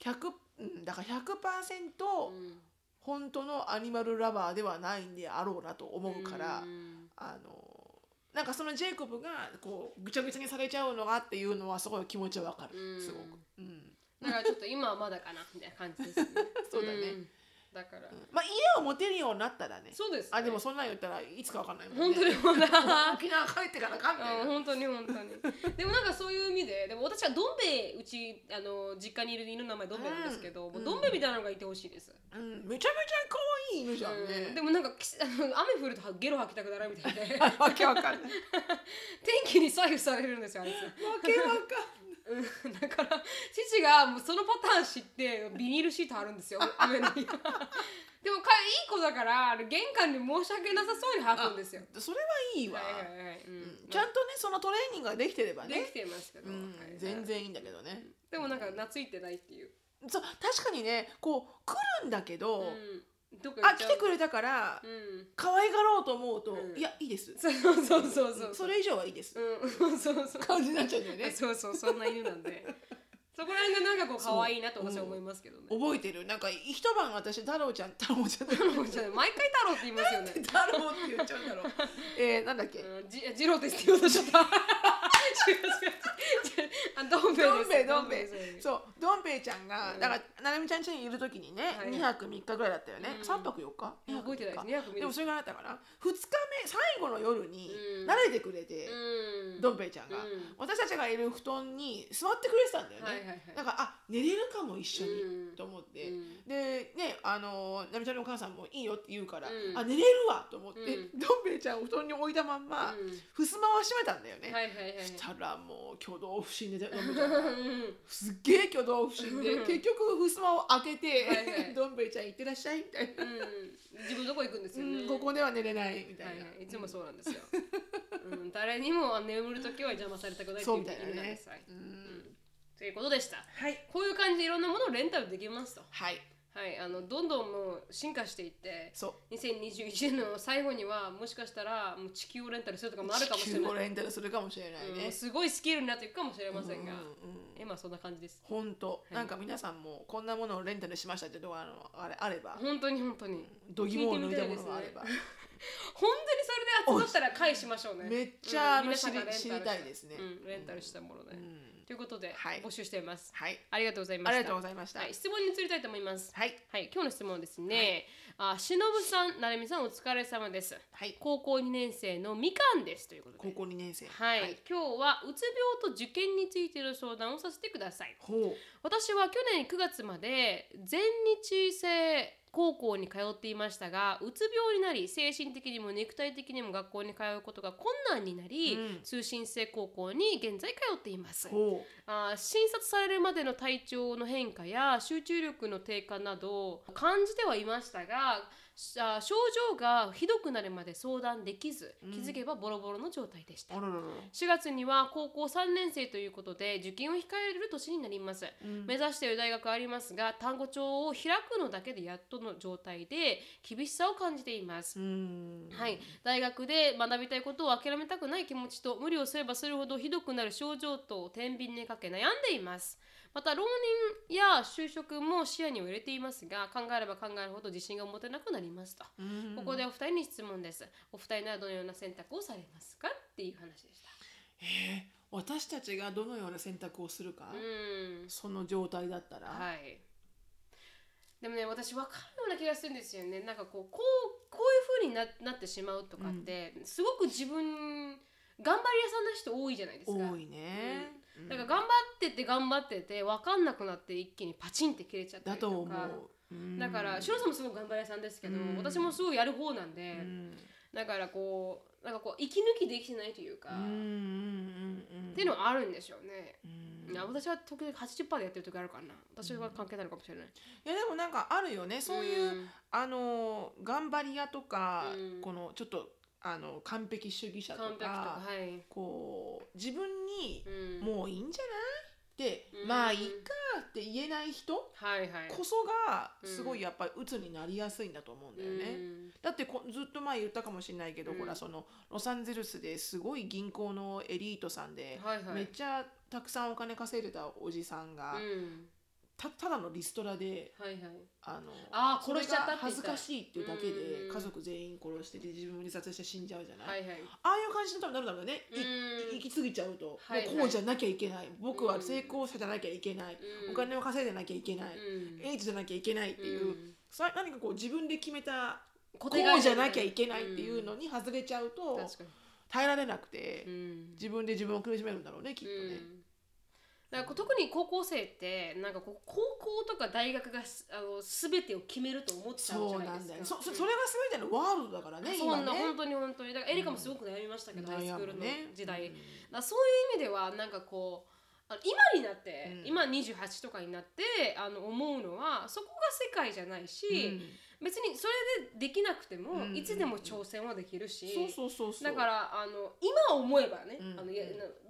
Speaker 2: 100うんだから100%
Speaker 1: うん
Speaker 2: 本当のアニマルラバーではないんであろうなと思うから、
Speaker 1: うん
Speaker 2: あのなんかそのジェイコブがこうぐちゃぐちゃにされちゃうのがっていうのはすごい気持ちはわかる、
Speaker 1: うん
Speaker 2: すごく、うん、
Speaker 1: だからちょっと今はまだかなみたいな感じですね
Speaker 2: [laughs] そうだね
Speaker 1: んだから、
Speaker 2: まあ家を持てるようになったらね
Speaker 1: そうです、ね、
Speaker 2: あでもそんなん言ったらいつかわかんないもん、
Speaker 1: 本
Speaker 2: ね、
Speaker 1: 当に本当に
Speaker 2: [laughs] 沖縄帰ってからかみたいな、
Speaker 1: うん、本当に本当にでもなんかそういう意味ででも私はどん兵衛うちあの実家にいる犬の名前どん兵衛なんですけど、
Speaker 2: ん
Speaker 1: もうどん兵衛みたいなのがいてほしいです、
Speaker 2: うん、めちゃめちゃ可愛い犬じゃん
Speaker 1: うん
Speaker 2: ね
Speaker 1: で。もなんかき [laughs] あの雨降るとゲロ吐きたくなるみたいで天
Speaker 2: わけわかんない。わ
Speaker 1: 気に左右されるんですよあいつ
Speaker 2: けわかん
Speaker 1: うんだから父がもうそのパターン知ってビニールシート貼るんです
Speaker 2: [laughs]
Speaker 1: よ雨の日でもかいい子だからあの玄関に申し訳なさそうに吐くんですよ
Speaker 2: [laughs] ない。それはいいわ
Speaker 1: は。いはいはい、うん
Speaker 2: うんちゃんとね、そのトレーニングができてれば
Speaker 1: まあで
Speaker 2: ね
Speaker 1: き。てますけど、
Speaker 2: う
Speaker 1: はい
Speaker 2: ん
Speaker 1: はい、
Speaker 2: 全然いいんだけどね。
Speaker 1: でもなんか懐いてないっていう、
Speaker 2: そう、確かにね、こう、来るんだけど、
Speaker 1: うん、どっか行
Speaker 2: あ、
Speaker 1: っち
Speaker 2: 来
Speaker 1: ゃう
Speaker 2: てくれたから、
Speaker 1: うん
Speaker 2: 可愛がろうと思うと、
Speaker 1: うん
Speaker 2: いや、いいです。
Speaker 1: そうそうそうそう
Speaker 2: それ以上はいいです。
Speaker 1: うんそうそうそう
Speaker 2: 感じになっちゃうんだよね。
Speaker 1: そうそうそんな犬なんでそこら辺がなんかこう可愛いなと私は思いますけどね、
Speaker 2: [laughs] 覚えてるなんか一晩私太郎ちゃん太郎ちゃん
Speaker 1: [laughs]
Speaker 2: 太
Speaker 1: もうじゃあ毎回太郎って言いますよね
Speaker 2: 郎って言っちゃうん
Speaker 1: [laughs]
Speaker 2: だろうえー、なんだっけ
Speaker 1: うんじジローですって言おうとしちゃった。違う違 [laughs] う違う。あどん兵衛です。
Speaker 2: どん兵衛どん兵衛
Speaker 1: 衛
Speaker 2: そうどん兵衛ちゃんが、
Speaker 1: うん
Speaker 2: だからななみちゃん家にいる時にね、
Speaker 1: はい
Speaker 2: 2泊3日ぐらいだったよね、
Speaker 1: うん
Speaker 2: 3泊4日
Speaker 1: いや覚えてないです。
Speaker 2: ね
Speaker 1: 二百
Speaker 2: でもそれがあったかな2日目最後の夜に
Speaker 1: うん
Speaker 2: 慣れてくれて、
Speaker 1: うん。
Speaker 2: どん兵衛ちゃんが、
Speaker 1: うん
Speaker 2: 私たちがいる布団に座ってくれてたんだよね、
Speaker 1: はいはいはい
Speaker 2: だからあ寝れるかも一緒に、
Speaker 1: うん
Speaker 2: と思って、
Speaker 1: うん
Speaker 2: でねあのなみちゃんのお母さんもいいよって言うから、
Speaker 1: うん
Speaker 2: あ寝れるわと思って、
Speaker 1: う
Speaker 2: どん兵衛ちゃんを布団に置いたまんま、
Speaker 1: うん
Speaker 2: 襖を閉めたんだよね、
Speaker 1: はいはいはい。
Speaker 2: したらもう挙動不審
Speaker 1: [laughs]
Speaker 2: でどん兵衛ちゃんが
Speaker 1: うん
Speaker 2: すっげえ挙動不審で
Speaker 1: うん
Speaker 2: 結局襖を開け
Speaker 1: はいは
Speaker 2: て
Speaker 1: い
Speaker 2: [laughs] どん兵衛ちゃん行ってらっしゃいみたいな、
Speaker 1: うん。自分どこ行くんですよ
Speaker 2: う
Speaker 1: ね。
Speaker 2: んここでは寝れないみた
Speaker 1: はい
Speaker 2: いな、
Speaker 1: はい。いつもそうなんですよ。うん誰にも眠るときは邪魔されたくないって
Speaker 2: そう
Speaker 1: いう
Speaker 2: みたいな
Speaker 1: 意味なんで
Speaker 2: ね
Speaker 1: す。はい
Speaker 2: うん
Speaker 1: ということでした。
Speaker 2: はい
Speaker 1: こういう感じでいろんなものをレンタルできますと。
Speaker 2: はい
Speaker 1: はい。あのどんどんもう進化していって。
Speaker 2: そう
Speaker 1: 2021年の最後にはもしかしたらもう地球をレンタルするとかもあるかもしれな
Speaker 2: 地球
Speaker 1: い
Speaker 2: を、レンタルするかもしれない
Speaker 1: うん
Speaker 2: ね、
Speaker 1: すごいスキルになっていくかもしれませんが、
Speaker 2: うんうん
Speaker 1: 今そんな感じです
Speaker 2: ほんと、
Speaker 1: い
Speaker 2: なんか皆さんもこんなものをレンタルしましたって動画のあれあれば
Speaker 1: 本当に本当に
Speaker 2: 度肝を抜いたものがあれば、
Speaker 1: 本当にそれで集まったら返しましょうね
Speaker 2: めっちゃ、あ
Speaker 1: うん
Speaker 2: の
Speaker 1: 皆さ
Speaker 2: 知
Speaker 1: んがレンタ
Speaker 2: り
Speaker 1: ル
Speaker 2: 知
Speaker 1: し
Speaker 2: りたいですね、
Speaker 1: うん、レンタルしたものね、
Speaker 2: うん
Speaker 1: ということで、
Speaker 2: はい
Speaker 1: 募集しています
Speaker 2: はい
Speaker 1: ありがとうございま
Speaker 2: あ
Speaker 1: した
Speaker 2: りがとうございました
Speaker 1: はい、質問に移りたいと思います
Speaker 2: はい
Speaker 1: はい今日の質問はですね、あしのぶさんなるみさんお疲れ様です
Speaker 2: はい
Speaker 1: 高校2年生のみかんですということで
Speaker 2: 高校2年生
Speaker 1: はい、今日はうつ病と受験についての相談をさせてください
Speaker 2: ほ
Speaker 1: 私は去年9月まで全日制高校に通っていましたがうつ病になり精神的にも肉体的にも学校に通うことが困難になり、
Speaker 2: うん
Speaker 1: 通信制高校に現在通っています
Speaker 2: うほ
Speaker 1: あー診察されるまでの体調の変化や集中力の低下など感じてはいましたがあー症状がひどくなるまで相談できず気づけばボロボロの状態でした
Speaker 2: うあ、らららら、
Speaker 1: 4月には高校3年生ということで受験を控える年になります、
Speaker 2: うん
Speaker 1: 目指している大学はありますが単語帳を開くのだけでやっとの状態で厳しさを感じています、
Speaker 2: うん
Speaker 1: はい、大学で学びたいことを諦めたくない気持ちと無理をすればするほどひどくなる症状と天秤にかけ悩んでいますまた浪人や就職も視野には入れていますが考えれば考えるほど自信が持てなくなりますと、
Speaker 2: うん
Speaker 1: ここでお二人に質問ですお二人ならどのような選択をされますかっていう話でした
Speaker 2: えー私たちがどのような選択をするか、
Speaker 1: うん
Speaker 2: その状態だったら、
Speaker 1: はいでもね私分かるような気がするんですよねなんかこうこうこういう風にななってしまうとかって、すごく自分頑張り屋さんな人多いじゃないですか
Speaker 2: 多いね、うん
Speaker 1: だから頑張ってて頑張ってて分かんなくなって一気にパチンって切れちゃった
Speaker 2: だ
Speaker 1: りと
Speaker 2: と
Speaker 1: か
Speaker 2: 思う、うん
Speaker 1: だからシロさんもすごく頑張り屋さんですけど、
Speaker 2: うん
Speaker 1: 私もすごいやる方なんで、
Speaker 2: うん
Speaker 1: だからこうなんかこう息抜きできてないというか、
Speaker 2: うんうんうんうん
Speaker 1: っていうのはあるんでしょうね、
Speaker 2: うん
Speaker 1: いや私は時々80%でやってる時あるからな私は関係ないのかもしれない、
Speaker 2: いやでもなんかあるよねそういう、
Speaker 1: ん
Speaker 2: あの頑張り屋とか、
Speaker 1: うん
Speaker 2: このちょっとあの完璧主義者と
Speaker 1: 完
Speaker 2: か
Speaker 1: 璧とかはい、
Speaker 2: こう自分に、
Speaker 1: うん、
Speaker 2: もういいんじゃないって、
Speaker 1: うん
Speaker 2: まあいいかって言えない人
Speaker 1: はいはい
Speaker 2: こそが
Speaker 1: うん
Speaker 2: すごいやっぱり鬱になりやすいんだと思うんだよね。
Speaker 1: うん
Speaker 2: だってこずっと前言ったかもしれないけど、
Speaker 1: うん
Speaker 2: ほらそのロサンゼルスですごい銀行のエリートさんで、
Speaker 1: はいはい
Speaker 2: めっちゃたくさんお金稼いでたおじさんが、
Speaker 1: うん
Speaker 2: たただのリストラで
Speaker 1: はいはい
Speaker 2: あの
Speaker 1: あー
Speaker 2: それ
Speaker 1: 殺しちゃったって言っ
Speaker 2: 恥ず
Speaker 1: たら
Speaker 2: かしいっていうだけ
Speaker 1: う
Speaker 2: で
Speaker 1: ん
Speaker 2: 家族全員殺してで自分も自殺して死んじゃうじゃない、
Speaker 1: はいはい
Speaker 2: ああいう感じに多分なるんだろうね、い
Speaker 1: うん
Speaker 2: 行き過ぎちゃうと、
Speaker 1: はいはい
Speaker 2: もうこうじゃなきゃいけない僕は成功者じゃなきゃいけない、
Speaker 1: うん
Speaker 2: お金を稼いでなきゃいけない、
Speaker 1: うん
Speaker 2: エイジじゃなきゃいけないっていう、
Speaker 1: うん
Speaker 2: さ何かこう自分で決めた
Speaker 1: こ
Speaker 2: こうじゃなきゃいけないっていうのに外れちゃう
Speaker 1: 確
Speaker 2: と
Speaker 1: かに
Speaker 2: 耐えられなくて、
Speaker 1: うん
Speaker 2: 自分で自分を苦しめるんだろうねきっとね。
Speaker 1: うんだからこ特に高校生ってなんかこう高校とか大学がすあの全てを決めると思っちゃうじ
Speaker 2: そ
Speaker 1: ゃ
Speaker 2: う
Speaker 1: な
Speaker 2: ないんだよ
Speaker 1: で
Speaker 2: ね。
Speaker 1: す
Speaker 2: そ
Speaker 1: か。
Speaker 2: そそれが全てのワールドだからね、
Speaker 1: そ
Speaker 2: 今
Speaker 1: んな
Speaker 2: ね。
Speaker 1: 本当に本当にだからエリカもすごく悩みましたけど、ハイスクールの時代、
Speaker 2: うん
Speaker 1: だからそういう意味ではなんかこうあの今になって、
Speaker 2: うん
Speaker 1: 今28とかになってあの思うのはそこが世界じゃないし、別にそれでできなくても、
Speaker 2: うん
Speaker 1: いつでも挑戦はできるし、
Speaker 2: うんそうそうそうそう。
Speaker 1: だからあの今思えばね、
Speaker 2: うん
Speaker 1: あのや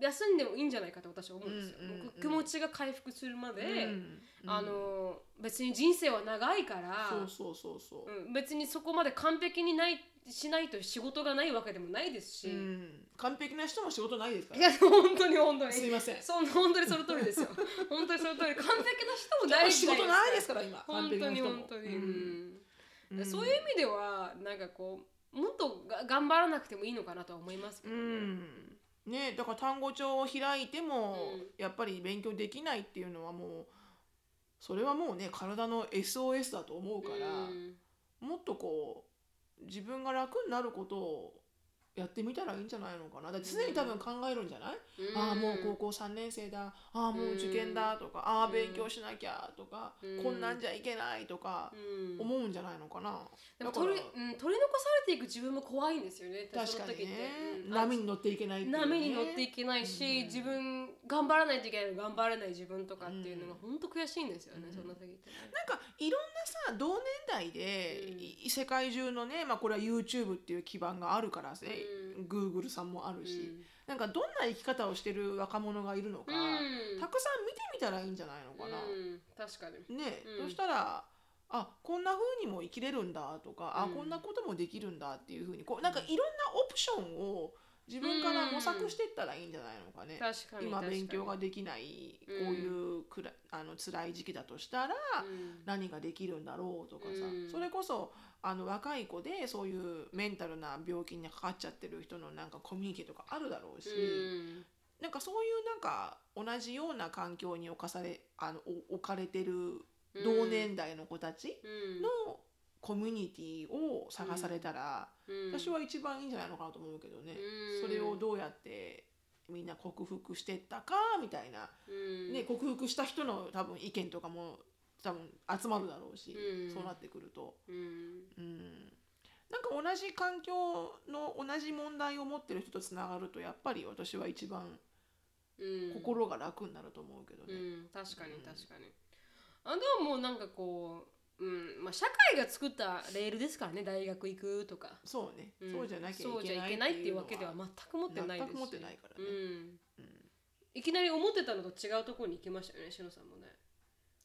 Speaker 1: 休んでもいいんじゃないかと私は思うんですよ、
Speaker 2: うんうんうん
Speaker 1: 僕気持ちが回復するまで、
Speaker 2: うん
Speaker 1: あの別に人生は長いから
Speaker 2: そうそうそうそう。
Speaker 1: うん別にそこまで完璧にないしないと仕事がないわけでもないですし、
Speaker 2: うん完璧な人も仕事ないですか
Speaker 1: い
Speaker 2: ら。
Speaker 1: や [laughs] 本当に本当に
Speaker 2: すいません
Speaker 1: そん本当にその通りです
Speaker 2: [laughs]
Speaker 1: よ本当にその通り完璧な人もない
Speaker 2: 仕事ないです
Speaker 1: か
Speaker 2: から今。
Speaker 1: 本当に本当
Speaker 2: 完
Speaker 1: に、
Speaker 2: 璧な人も
Speaker 1: うんそういう意味ではなんかこうもっとが頑張らなくてもいいのかなとは思いますけ
Speaker 2: う
Speaker 1: どね、
Speaker 2: んね、だから単語帳を開いても、
Speaker 1: うん
Speaker 2: やっぱり勉強できないっていうのはもうそれはもうね体の SOS だと思うから、
Speaker 1: うん
Speaker 2: もっとこう自分が楽になることをやってみたらいいんじゃないのかなだって常に多分考えるんじゃない、ああもう高校3年生だああもう受験だとか、ああ勉強しなきゃとか、
Speaker 1: うん
Speaker 2: こんなんじゃいけないとか
Speaker 1: うん
Speaker 2: 思うんじゃないのかな、
Speaker 1: でも
Speaker 2: だか
Speaker 1: 取
Speaker 2: ら
Speaker 1: り、うん、取り残されていく自分も怖いんですよね
Speaker 2: 確か
Speaker 1: その時
Speaker 2: に
Speaker 1: って
Speaker 2: ね、
Speaker 1: うんあ
Speaker 2: 波に乗っていけないっていうね
Speaker 1: 波に乗っていけないし、自分頑張らないといけないのに頑張れない自分とかっていうのが本当悔しいんですよね、
Speaker 2: うん
Speaker 1: そんな時ってね、
Speaker 2: なんかいろんなさ同年代で、
Speaker 1: うん
Speaker 2: い世界中のね、まあ、これは YouTube っていう基盤があるからね、Google さんもあるし、なんかどんな生き方をしてる若者がいるのか、
Speaker 1: うん
Speaker 2: たくさん見てみたらいいんじゃないのかな。
Speaker 1: うん確かに
Speaker 2: ね、
Speaker 1: うん
Speaker 2: そしたらあこんな風にも生きれるんだとか、
Speaker 1: うん
Speaker 2: あこんなこともできるんだっていう風にこうなんかいろんなオプションを自分から模索していったらいいんじゃないのかね。
Speaker 1: 確かに
Speaker 2: 今勉強が
Speaker 1: 出
Speaker 2: できないこ
Speaker 1: うん
Speaker 2: ういうくら、あの辛い時期だとしたら
Speaker 1: た
Speaker 2: 何ができるんだろうとかさ、
Speaker 1: うん
Speaker 2: それこそあの若い子でそういうメンタルな病気にかかっちゃってる人のなんかコミュニケとかあるだろうし、なんかそういうなんか同じような環境に置かされあのお置かれてる同年代の子たちのコミュニティを探されたら、私は一番いいんじゃないのかなと思うけどね、それをどうやってみんな克服してったかみたいな。
Speaker 1: うん
Speaker 2: ね、克服した人の多分意見とかも多分集まるだろうし、
Speaker 1: うん
Speaker 2: そうなってくると、
Speaker 1: うん
Speaker 2: うん、なんか同じ環境の同じ問題を持ってる人とつながるとやっぱり私は一番
Speaker 1: うん
Speaker 2: 心が楽になると思うけどね。
Speaker 1: うん、確かに
Speaker 2: うん
Speaker 1: 確かに、あとはもうなんかこう、うんまあ、社会が作ったレールですからね大学行くとか、
Speaker 2: そうね、
Speaker 1: ん
Speaker 2: そうじゃなきゃ
Speaker 1: そうじゃい
Speaker 2: い
Speaker 1: け
Speaker 2: け
Speaker 1: な
Speaker 2: ないい
Speaker 1: っていうわけでは
Speaker 2: ま
Speaker 1: 全く持ってないですし
Speaker 2: 全く持ってないからね
Speaker 1: うん
Speaker 2: うん
Speaker 1: いきなり思ってたのと違うところに行きましたよねしのさんもね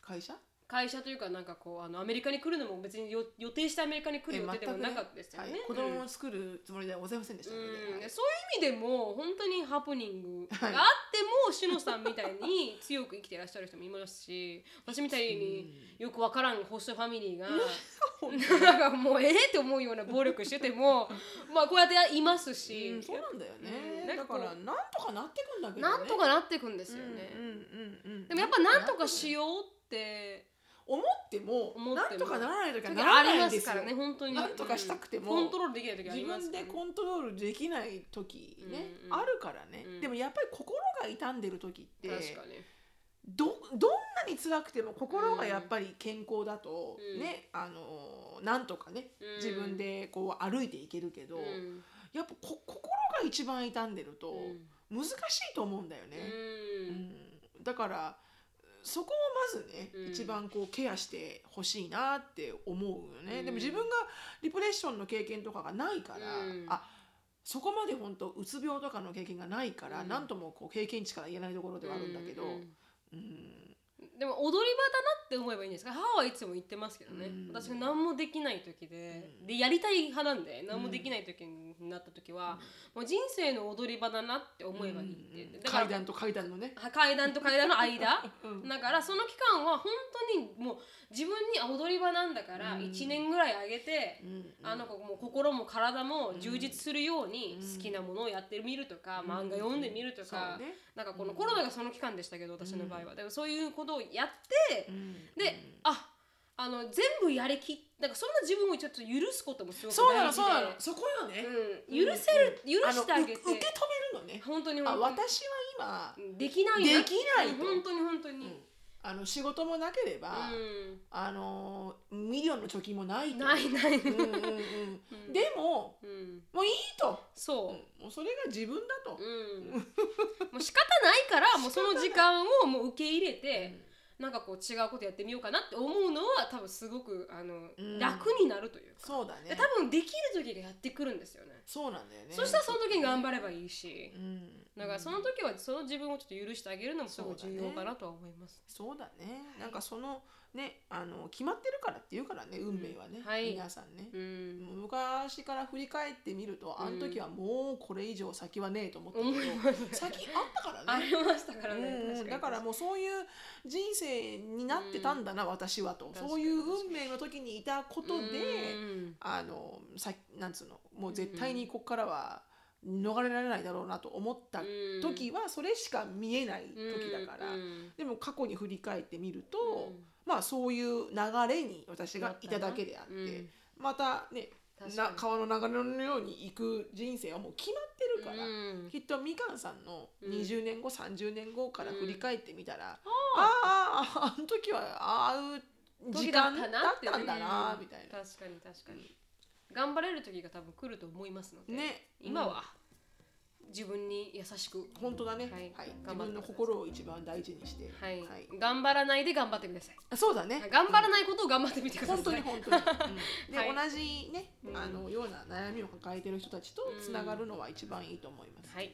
Speaker 2: 会社
Speaker 1: 会社というかなんかこうあのアメリカに来るのも別によ予定してアメリカに来る予定でもなかったですよね、
Speaker 2: はい、子供を作るつもりではございませんでしたので、
Speaker 1: うん、
Speaker 2: はい
Speaker 1: そういう意味でも本当にハプニングがあってもしのさんみたいに強く生きていらっしゃる人もいます
Speaker 2: [laughs]
Speaker 1: し私みたいによくわからんホストファミリーがなんかもうええって思うような暴力してて
Speaker 2: [laughs]
Speaker 1: もまあこうやっていますし、
Speaker 2: うんそうなんだよね、
Speaker 1: うんなんか
Speaker 2: だ
Speaker 1: こ
Speaker 2: か
Speaker 1: う
Speaker 2: らなんとかなってくんだけどね
Speaker 1: なんとかなっていくんで
Speaker 2: です
Speaker 1: よね、
Speaker 2: うんうんうんうん、
Speaker 1: でもやっぱなんとかしようって
Speaker 2: 思っても
Speaker 1: 思って
Speaker 2: な
Speaker 1: も
Speaker 2: んとかならない時は
Speaker 1: 時
Speaker 2: な
Speaker 1: あ
Speaker 2: ら
Speaker 1: りま
Speaker 2: ないんですす
Speaker 1: か
Speaker 2: よ
Speaker 1: らね本当に
Speaker 2: なんとかしたくても
Speaker 1: コントロールできない時あり
Speaker 2: 自
Speaker 1: ます
Speaker 2: 分
Speaker 1: から
Speaker 2: で
Speaker 1: ね
Speaker 2: コントロールできない時ね、
Speaker 1: うんうん
Speaker 2: あるからね、
Speaker 1: うん
Speaker 2: でもやっぱり心が痛んでる時って
Speaker 1: 確かに
Speaker 2: どどんなに辛くても心がやっぱり健康だと、
Speaker 1: うん
Speaker 2: ねあのーなんとかね、
Speaker 1: うん
Speaker 2: 自分でこう歩いていけるけど、
Speaker 1: うん
Speaker 2: やっぱこ心が一番痛んでると難しいと思うんだよね。
Speaker 1: うん
Speaker 2: うんだからそこをまずね、
Speaker 1: うん
Speaker 2: 一番こうケアしてほしいなって思うよね、
Speaker 1: うん
Speaker 2: でも自分がリプレッションの経験とかがないから、
Speaker 1: うん
Speaker 2: あそこまで本当うつ病とかの経験がないから、
Speaker 1: うん
Speaker 2: なんともこう経験値から言えないところではあるんだけど、
Speaker 1: う
Speaker 2: うん
Speaker 1: うん
Speaker 2: うん
Speaker 1: ででも踊り場だなって思えばいいんですか母はいつも言ってますけどね、
Speaker 2: うん
Speaker 1: 私が何もできない時で、
Speaker 2: うん
Speaker 1: でやりたい派なんで何もできない時になった時は、もう人生の踊り場だなって思えばいいって、
Speaker 2: うん
Speaker 1: だから
Speaker 2: 階段と階段のね、
Speaker 1: は階段と階段の間
Speaker 2: [laughs] うん
Speaker 1: だからその期間は本当にもう自分に踊り場なんだから
Speaker 2: うん
Speaker 1: 1年ぐらいあげて、
Speaker 2: うん
Speaker 1: あの子もう心も体も充実するように
Speaker 2: うん
Speaker 1: 好きなものをやってみるとか、漫画読んでみるとか、
Speaker 2: そうね
Speaker 1: なんかこのコロナがその期間でしたけど私の場合は、でもそういうことをやって、で、ああの全部やりきっなんかそんな自分をちょっと許すこともすごく
Speaker 2: そうな
Speaker 1: 大事で
Speaker 2: のそうなのそこよね、
Speaker 1: うん、許せる、許してあげて
Speaker 2: あのう受け止めるのね
Speaker 1: 本当に
Speaker 2: あ
Speaker 1: 本当に
Speaker 2: 私は今、
Speaker 1: できないよ
Speaker 2: できないと
Speaker 1: 本当に本当に、
Speaker 2: うんあの仕事もなければ、あのミリオンの貯金もない
Speaker 1: うん
Speaker 2: と
Speaker 1: ないない、
Speaker 2: うんうんうん
Speaker 1: うん
Speaker 2: でも
Speaker 1: うん、
Speaker 2: もういいと、
Speaker 1: そうう、
Speaker 2: んもうそれが自分だと
Speaker 1: う、ん、もう仕方ないからもうその時間をもう受け入れて、なんかこう違うことやってみようかなって思うのは多分すごくあの、
Speaker 2: うん
Speaker 1: 楽になるというか
Speaker 2: そうだね
Speaker 1: で多分できる時がやってくるんですよね
Speaker 2: そうなんだよね
Speaker 1: そしたらその時に頑張ればいいし、
Speaker 2: うん
Speaker 1: だからその時はその自分をちょっと許してあげるのもすごい重要かなとは思います。
Speaker 2: そうだねなんかそのねあの決まってるからっていうからね運命はね、
Speaker 1: はい
Speaker 2: 皆さんね、
Speaker 1: うん、
Speaker 2: 昔から振り返ってみるとあの時はもうこれ以上先はねえと思ったけど、
Speaker 1: 思います。
Speaker 2: 先あったからね
Speaker 1: ありましたからね。
Speaker 2: うんう
Speaker 1: 確
Speaker 2: ん
Speaker 1: に
Speaker 2: だからもうそういう人生になってたんだな、私はと
Speaker 1: 確かに
Speaker 2: そういう運命の時にいたことで、
Speaker 1: うん
Speaker 2: あのさなんつうのもう絶対にここからは逃れられないだろうなと思った時はそれしか見えない時だから、
Speaker 1: うん
Speaker 2: でも過去に振り返ってみると、
Speaker 1: うん
Speaker 2: まあそういう流れに私がいただけであって、
Speaker 1: うん
Speaker 2: またね
Speaker 1: 確か
Speaker 2: な
Speaker 1: に
Speaker 2: 川の流れのように行く人生はもう決まってるから。
Speaker 1: うん
Speaker 2: きっとみかんさんの
Speaker 1: うん
Speaker 2: 20年後、30年後から振り返ってみた
Speaker 1: あ
Speaker 2: ら、あーあーあの時はああいう時間だったんだなみたいな。
Speaker 1: 確かに確かに頑張れる時が多分来ると思いますので
Speaker 2: ね
Speaker 1: 今は自分に優しく
Speaker 2: 本当だね、
Speaker 1: は
Speaker 2: はいい
Speaker 1: 頑張っ
Speaker 2: 自
Speaker 1: て
Speaker 2: 分の心を一番大事にして、
Speaker 1: はい、頑張らないで頑張ってください
Speaker 2: あそうだね
Speaker 1: 頑張らないことを頑張ってみてください
Speaker 2: 本当に本当に、うんで、
Speaker 1: は
Speaker 2: 同じね、あのような悩みを抱えてる人たちとつながるのは一番いいと思います、
Speaker 1: はい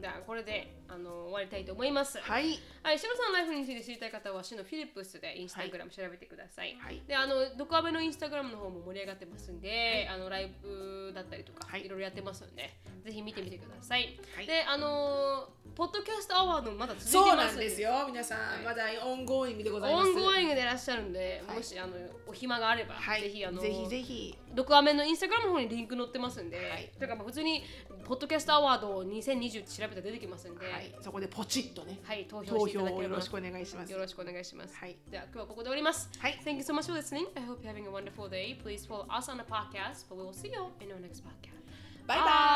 Speaker 1: じゃあこれであの終わりたいと思いますはい、
Speaker 2: はい
Speaker 1: シロさんのライフについて知りたい方はシのフィリップスでインスタグラム調べてください、
Speaker 2: はい
Speaker 1: であのドクアベのインスタグラムの方も盛り上がってますんで、あのライブだったりとか、
Speaker 2: はい
Speaker 1: い、ろいろやってますんでぜひ見てみてください、
Speaker 2: はい
Speaker 1: であのーポッドキャストアワードもまだ続いてます
Speaker 2: そうなんですよ皆さん、
Speaker 1: はい
Speaker 2: まだオンゴーイングでござい
Speaker 1: オ
Speaker 2: ます
Speaker 1: ンゴーイングでいらっしゃるんで、
Speaker 2: はい
Speaker 1: もしあのお暇があれば、
Speaker 2: はい
Speaker 1: ぜひあの
Speaker 2: ぜひぜひ
Speaker 1: ドクアメのインスタグラムの方にリンク載ってますんで、
Speaker 2: はい
Speaker 1: というかまあ普通にポッドキャストアワード2020って調べたら出てきますんで、は
Speaker 2: はいい、そこでポチッとね、
Speaker 1: 投票
Speaker 2: 投
Speaker 1: してい
Speaker 2: 票
Speaker 1: ただ
Speaker 2: を
Speaker 1: けれ
Speaker 2: よ
Speaker 1: ば
Speaker 2: ろしくお願いします。
Speaker 1: よろしくお願いします。
Speaker 2: はい、
Speaker 1: じゃあ今日はここで終わります。
Speaker 2: はい、
Speaker 1: Thank you so much for listening. I hope you're having a wonderful day. Please follow us on the podcast, but we will see you in our next podcast.
Speaker 2: バイバイ。